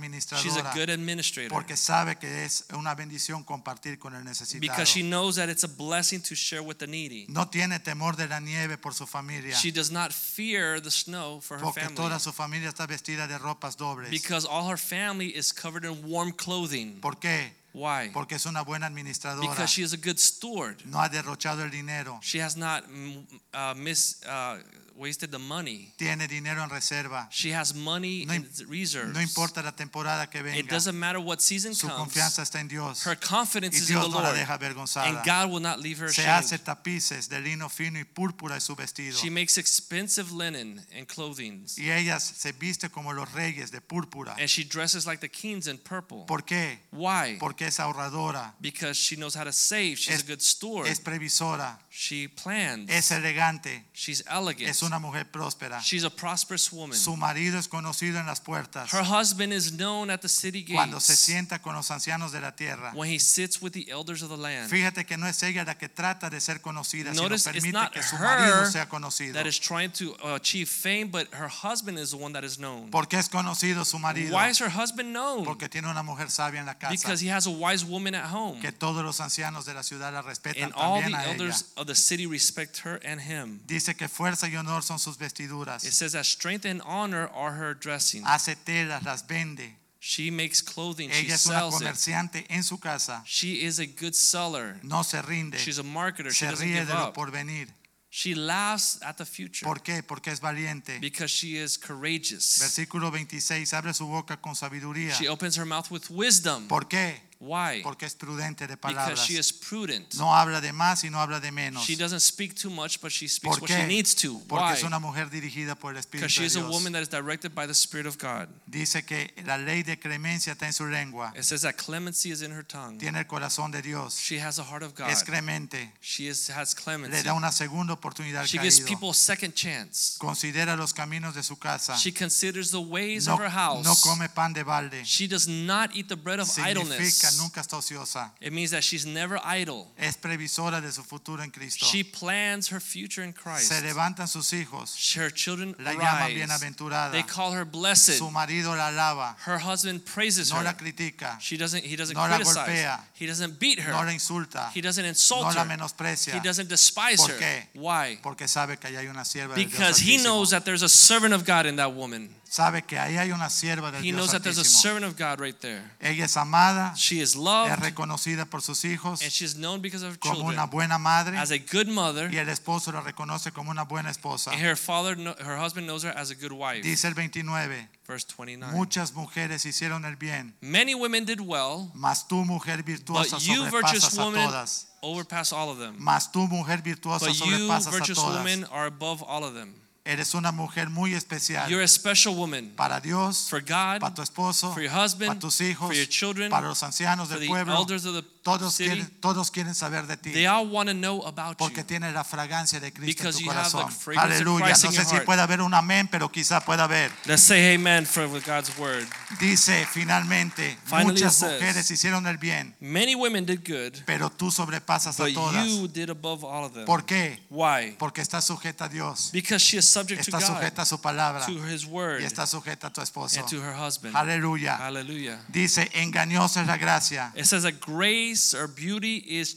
S1: administradora.
S2: good administrator.
S1: Porque sabe que es una bendición compartir con el necesitado.
S2: Because she knows that it's a blessing to share with the needy.
S1: No tiene temor de la nieve por su familia.
S2: She does not fear the snow for her
S1: Porque
S2: family.
S1: toda su familia está vestida de ropas dobles.
S2: Because all her family is covered in warm clothing.
S1: ¿Por qué?
S2: Why?
S1: Porque es una buena administradora.
S2: Because she is a good steward.
S1: No ha derrochado el dinero.
S2: She has not mm, uh, mis uh, wasted the money.
S1: Tiene dinero en reserva.
S2: She has money
S1: No
S2: in
S1: im-
S2: reserves.
S1: No importa la temporada que
S2: It
S1: venga.
S2: doesn't matter what season
S1: Su
S2: comes.
S1: confianza está en Dios.
S2: Her confidence
S1: Y
S2: is in the
S1: Dios no la
S2: Lord,
S1: deja
S2: and
S1: avergonzada.
S2: God will not leave her
S1: Se hace
S2: ashamed.
S1: tapices de lino fino y púrpura es su vestido.
S2: She makes expensive linen and clothing,
S1: Y ella se viste como los reyes de púrpura.
S2: and she dresses like the kings in purple.
S1: ¿Por qué?
S2: Why?
S1: Porque es ahorradora,
S2: Because she knows how to save. She's
S1: Es-
S2: a good steward.
S1: es previsora,
S2: She plans.
S1: es elegante,
S2: She's elegant.
S1: es una mujer próspera.
S2: She's a prosperous woman.
S1: Su marido es conocido en las puertas.
S2: Her husband is known at the city
S1: Cuando se
S2: gates
S1: sienta con los ancianos de la tierra.
S2: when he sits with the elders of the land.
S1: Fíjate que no es ella la que trata de ser conocida, sino
S2: Notice it's
S1: permite
S2: not
S1: que su
S2: her
S1: marido sea conocido.
S2: That is trying to achieve fame, but her husband is the one that is known.
S1: ¿Por qué es conocido su marido?
S2: Why is her husband known?
S1: Porque tiene una mujer sabia en la casa.
S2: Because he has a wise woman at home.
S1: Que todos los ancianos de la ciudad la respetan
S2: And all
S1: también
S2: the
S1: a ella.
S2: elders of the city respect her and him.
S1: Dice que fuerza y honor son sus vestiduras. Ah.
S2: It says that strength and honor are her dressing.
S1: Hace telas, las vende.
S2: She makes clothing. She
S1: Ella es una
S2: sells it.
S1: comerciante en su casa.
S2: She is a good seller.
S1: No se rinde.
S2: She's a marketer. She
S1: Se
S2: doesn't
S1: ríe
S2: give
S1: de lo
S2: up.
S1: porvenir.
S2: She laughs at the future
S1: ¿Por qué? Porque es valiente.
S2: because she is courageous.
S1: Versículo 26. Abre su boca con sabiduría.
S2: She opens her mouth with wisdom.
S1: ¿Por qué?
S2: Why?
S1: Porque es prudente de
S2: Because
S1: palabras.
S2: she is prudent.
S1: No habla de más y no habla de menos.
S2: She doesn't speak too much, but she speaks
S1: ¿Por
S2: what she
S1: qué?
S2: needs to.
S1: Porque es
S2: Why?
S1: una mujer dirigida por el Espíritu
S2: Because she
S1: de
S2: is a woman
S1: Dios.
S2: that is directed by the Spirit of God.
S1: Dice que la ley de clemencia está en su lengua.
S2: It says that clemency is in her tongue.
S1: Tiene el corazón de Dios.
S2: She has a heart of God.
S1: Es clemente.
S2: She is, has
S1: Le
S2: clemency.
S1: da una segunda oportunidad al
S2: She gives
S1: caído.
S2: people a second chance.
S1: Considera los caminos de su casa.
S2: She considers the ways
S1: Ah. No,
S2: of her house.
S1: no come pan de balde.
S2: She does not eat the bread of
S1: Significa
S2: idleness.
S1: nunca está ociosa.
S2: It means that she's never idle.
S1: Es previsora de su futuro en Cristo.
S2: She plans her future in Christ.
S1: Se levantan sus hijos.
S2: Her children
S1: La llaman
S2: rise.
S1: bienaventurada.
S2: They call her blessed.
S1: Su marido la alaba.
S2: Her husband praises
S1: No la
S2: her.
S1: critica.
S2: She doesn't. He doesn't
S1: No la
S2: criticize.
S1: golpea.
S2: He doesn't beat
S1: No la
S2: her.
S1: insulta.
S2: He doesn't
S1: No
S2: insult
S1: la
S2: her. He
S1: menosprecia.
S2: doesn't despise
S1: ¿Por
S2: her.
S1: qué?
S2: Why?
S1: Porque sabe que ahí hay una sierva de Dios
S2: Because he
S1: Altísimo.
S2: knows that there's a servant of God in that woman.
S1: Sabe que ahí hay una sierva de
S2: He
S1: Dios
S2: knows that there's a
S1: Altísimo.
S2: servant of God right there.
S1: Ella es amada,
S2: She is
S1: es
S2: loved,
S1: reconocida por sus hijos
S2: and she's known because of her
S1: como
S2: children.
S1: una buena madre
S2: As a good mother,
S1: y el esposo la reconoce como una buena esposa.
S2: and her father, kno- her husband knows her as a good wife.
S1: Dice el 29,
S2: Verse 29.
S1: muchas mujeres hicieron el bien,
S2: Many women did well,
S1: mas tú mujer virtuosa
S2: but you virtuous
S1: sobrepasas a
S2: women
S1: todas.
S2: overpass all of them.
S1: Mas tú mujer virtuosa
S2: But you
S1: sobrepasas a
S2: virtuous
S1: todas.
S2: women are above all of them.
S1: Eres una mujer muy especial
S2: You're a special woman
S1: para Dios,
S2: for God,
S1: para tu esposo,
S2: for your
S1: para
S2: husband,
S1: Oh, tus hijos,
S2: for your children,
S1: para los ancianos
S2: for
S1: del
S2: the
S1: pueblo.
S2: elders of the
S1: Todos
S2: city.
S1: quieren, todos quieren saber de
S2: They
S1: ti
S2: all want to know about you.
S1: porque tienes la fragancia de Cristo en
S2: Because
S1: tu
S2: you have the
S1: corazón.
S2: fragrance of
S1: Aleluya.
S2: Christ
S1: No
S2: in
S1: sé
S2: your
S1: si
S2: heart.
S1: puede haber un amén, pero quizá pueda haber.
S2: Let's say amen for with God's word.
S1: Dice finalmente,
S2: Finally it
S1: muchas
S2: says,
S1: mujeres hicieron el bien,
S2: Many women did good,
S1: pero tú sobrepasas a
S2: but
S1: todas.
S2: you did above all of them.
S1: ¿Por qué?
S2: Why?
S1: Porque está sujeta a Dios,
S2: Because she is subject to
S1: está
S2: God,
S1: sujeta a su palabra
S2: to his word,
S1: y está sujeta a tu esposo.
S2: and to her husband.
S1: Aleluya.
S2: Hallelujah.
S1: Dice, engañosa es la gracia,
S2: It says that grace or beauty is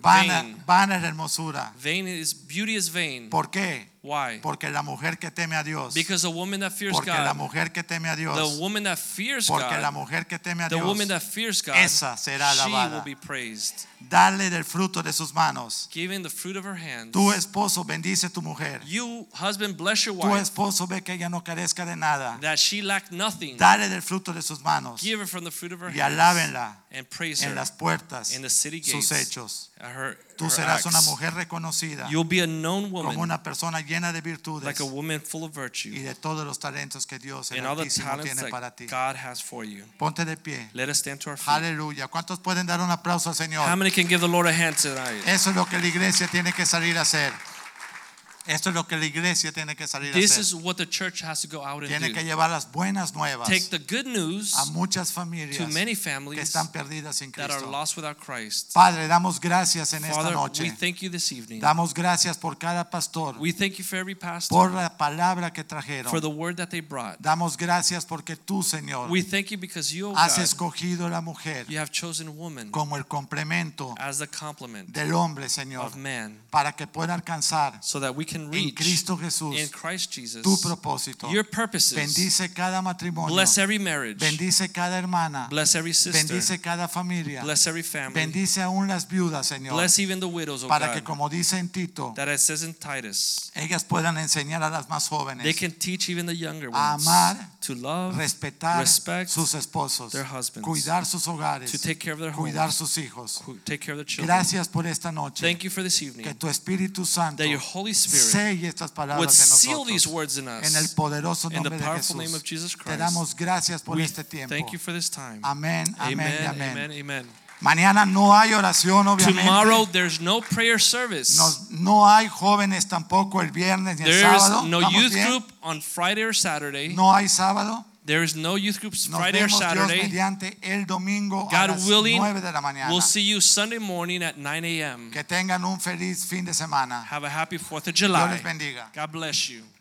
S1: vana,
S2: Vain.
S1: vana es la hermosura.
S2: vain. Is beauty is vain.
S1: ¿Por qué?
S2: Why?
S1: Porque la mujer que teme a Dios,
S2: Because a woman that fears
S1: porque la
S2: God,
S1: mujer que teme a
S2: the
S1: Dios,
S2: woman that fears
S1: porque la
S2: God,
S1: mujer que teme a
S2: the
S1: Dios,
S2: woman that fears God,
S1: esa será
S2: she will
S1: alabada.
S2: be praised.
S1: Dale del fruto de sus manos.
S2: Giving the fruit of her hands.
S1: Tu esposo bendice a tu mujer.
S2: You, husband, bless your
S1: Tu
S2: wife
S1: esposo ve que ella no carezca de nada.
S2: that she lacked nothing.
S1: Dale del fruto de sus manos
S2: Give her from the fruit of her
S1: y
S2: hands
S1: alábenla
S2: and praise
S1: en
S2: her.
S1: las puertas
S2: in the city
S1: sus
S2: gates.
S1: hechos.
S2: her,
S1: Tú
S2: her
S1: serás una
S2: acts.
S1: mujer reconocida
S2: You'll be a known woman,
S1: como una persona llena de virtudes
S2: like a woman full of
S1: y
S2: virtue,
S1: de todos los talentos que Dios el
S2: and all the
S1: Altísimo
S2: talents
S1: tiene para
S2: that
S1: ti.
S2: God has for you.
S1: Ponte de pie.
S2: Let us stand to our feet.
S1: Aleluya. ¿Cuántos pueden dar un aplauso al
S2: How
S1: Señor?
S2: many can give the Lord a hand tonight?
S1: Eso es lo que la iglesia tiene que salir a hacer. Esto es lo que la iglesia tiene que salir a
S2: This
S1: hacer.
S2: is what the church has to go out and
S1: Tiene que
S2: do.
S1: llevar las buenas nuevas
S2: Take the good news
S1: a muchas
S2: to
S1: familias
S2: many
S1: que
S2: families
S1: están perdidas sin
S2: that are
S1: Cristo.
S2: lost without Christ.
S1: Padre, damos gracias en esta
S2: Father, we
S1: noche.
S2: thank you this evening.
S1: Damos gracias por cada pastor,
S2: We thank you for every pastor,
S1: por la palabra que
S2: for
S1: trajeron.
S2: the word that they brought.
S1: Damos gracias porque tú, Señor,
S2: We thank you because you, O
S1: has
S2: God,
S1: escogido la mujer
S2: you have chosen woman
S1: como el complemento
S2: as the complement
S1: del hombre, Señor,
S2: of man
S1: para que pueda alcanzar
S2: so that we can
S1: en
S2: reach
S1: Cristo Jesús
S2: in Christ Jesus
S1: tu propósito.
S2: your purposes.
S1: Bendice cada matrimonio,
S2: Bless every marriage.
S1: bendice cada hermana,
S2: Bless every sister.
S1: bendice cada familia,
S2: Bless every family.
S1: bendice aún las viudas, Señor,
S2: Bless even the widows, O
S1: para que
S2: God,
S1: como dice en Tito,
S2: that it says in Titus,
S1: ellas puedan enseñar a las más
S2: they
S1: jóvenes
S2: can teach even the younger
S1: A
S2: ones
S1: amar,
S2: to love,
S1: respetar
S2: respect
S1: sus esposos,
S2: their husbands,
S1: cuidar sus hogares,
S2: to take care of their
S1: cuidar
S2: homes,
S1: sus hijos.
S2: cu- take care of the children.
S1: Gracias por esta noche.
S2: Thank you for this
S1: Que
S2: evening.
S1: tu Espíritu Santo
S2: That your Holy Spirit
S1: selle estas
S2: would
S1: palabras en
S2: seal these
S1: nosotros.
S2: words in
S1: En el
S2: us.
S1: poderoso
S2: in the
S1: nombre de
S2: powerful name of
S1: Jesús.
S2: Jesus
S1: Te
S2: Christ.
S1: damos gracias por
S2: We
S1: este tiempo.
S2: Thank you for this time.
S1: Amén, amén, y
S2: Amen,
S1: amén.
S2: amen, amen.
S1: Mañana no hay oración, obviamente.
S2: Tomorrow there's no prayer service.
S1: Nos- no hay jóvenes tampoco el viernes ni el
S2: There's
S1: sábado.
S2: no
S1: ¿Vamos
S2: youth
S1: bien?
S2: group on Friday or Saturday.
S1: No hay sábado.
S2: There is no youth groups
S1: Nos
S2: Friday or
S1: vemos Dios
S2: Saturday.
S1: mediante el domingo a
S2: God
S1: las
S2: willing,
S1: 9 de la mañana.
S2: We'll see you Sunday morning at 9 a.m.
S1: Que tengan un feliz fin de semana.
S2: Have a happy 4th of
S1: Dios les
S2: July.
S1: bendiga.
S2: God bless you.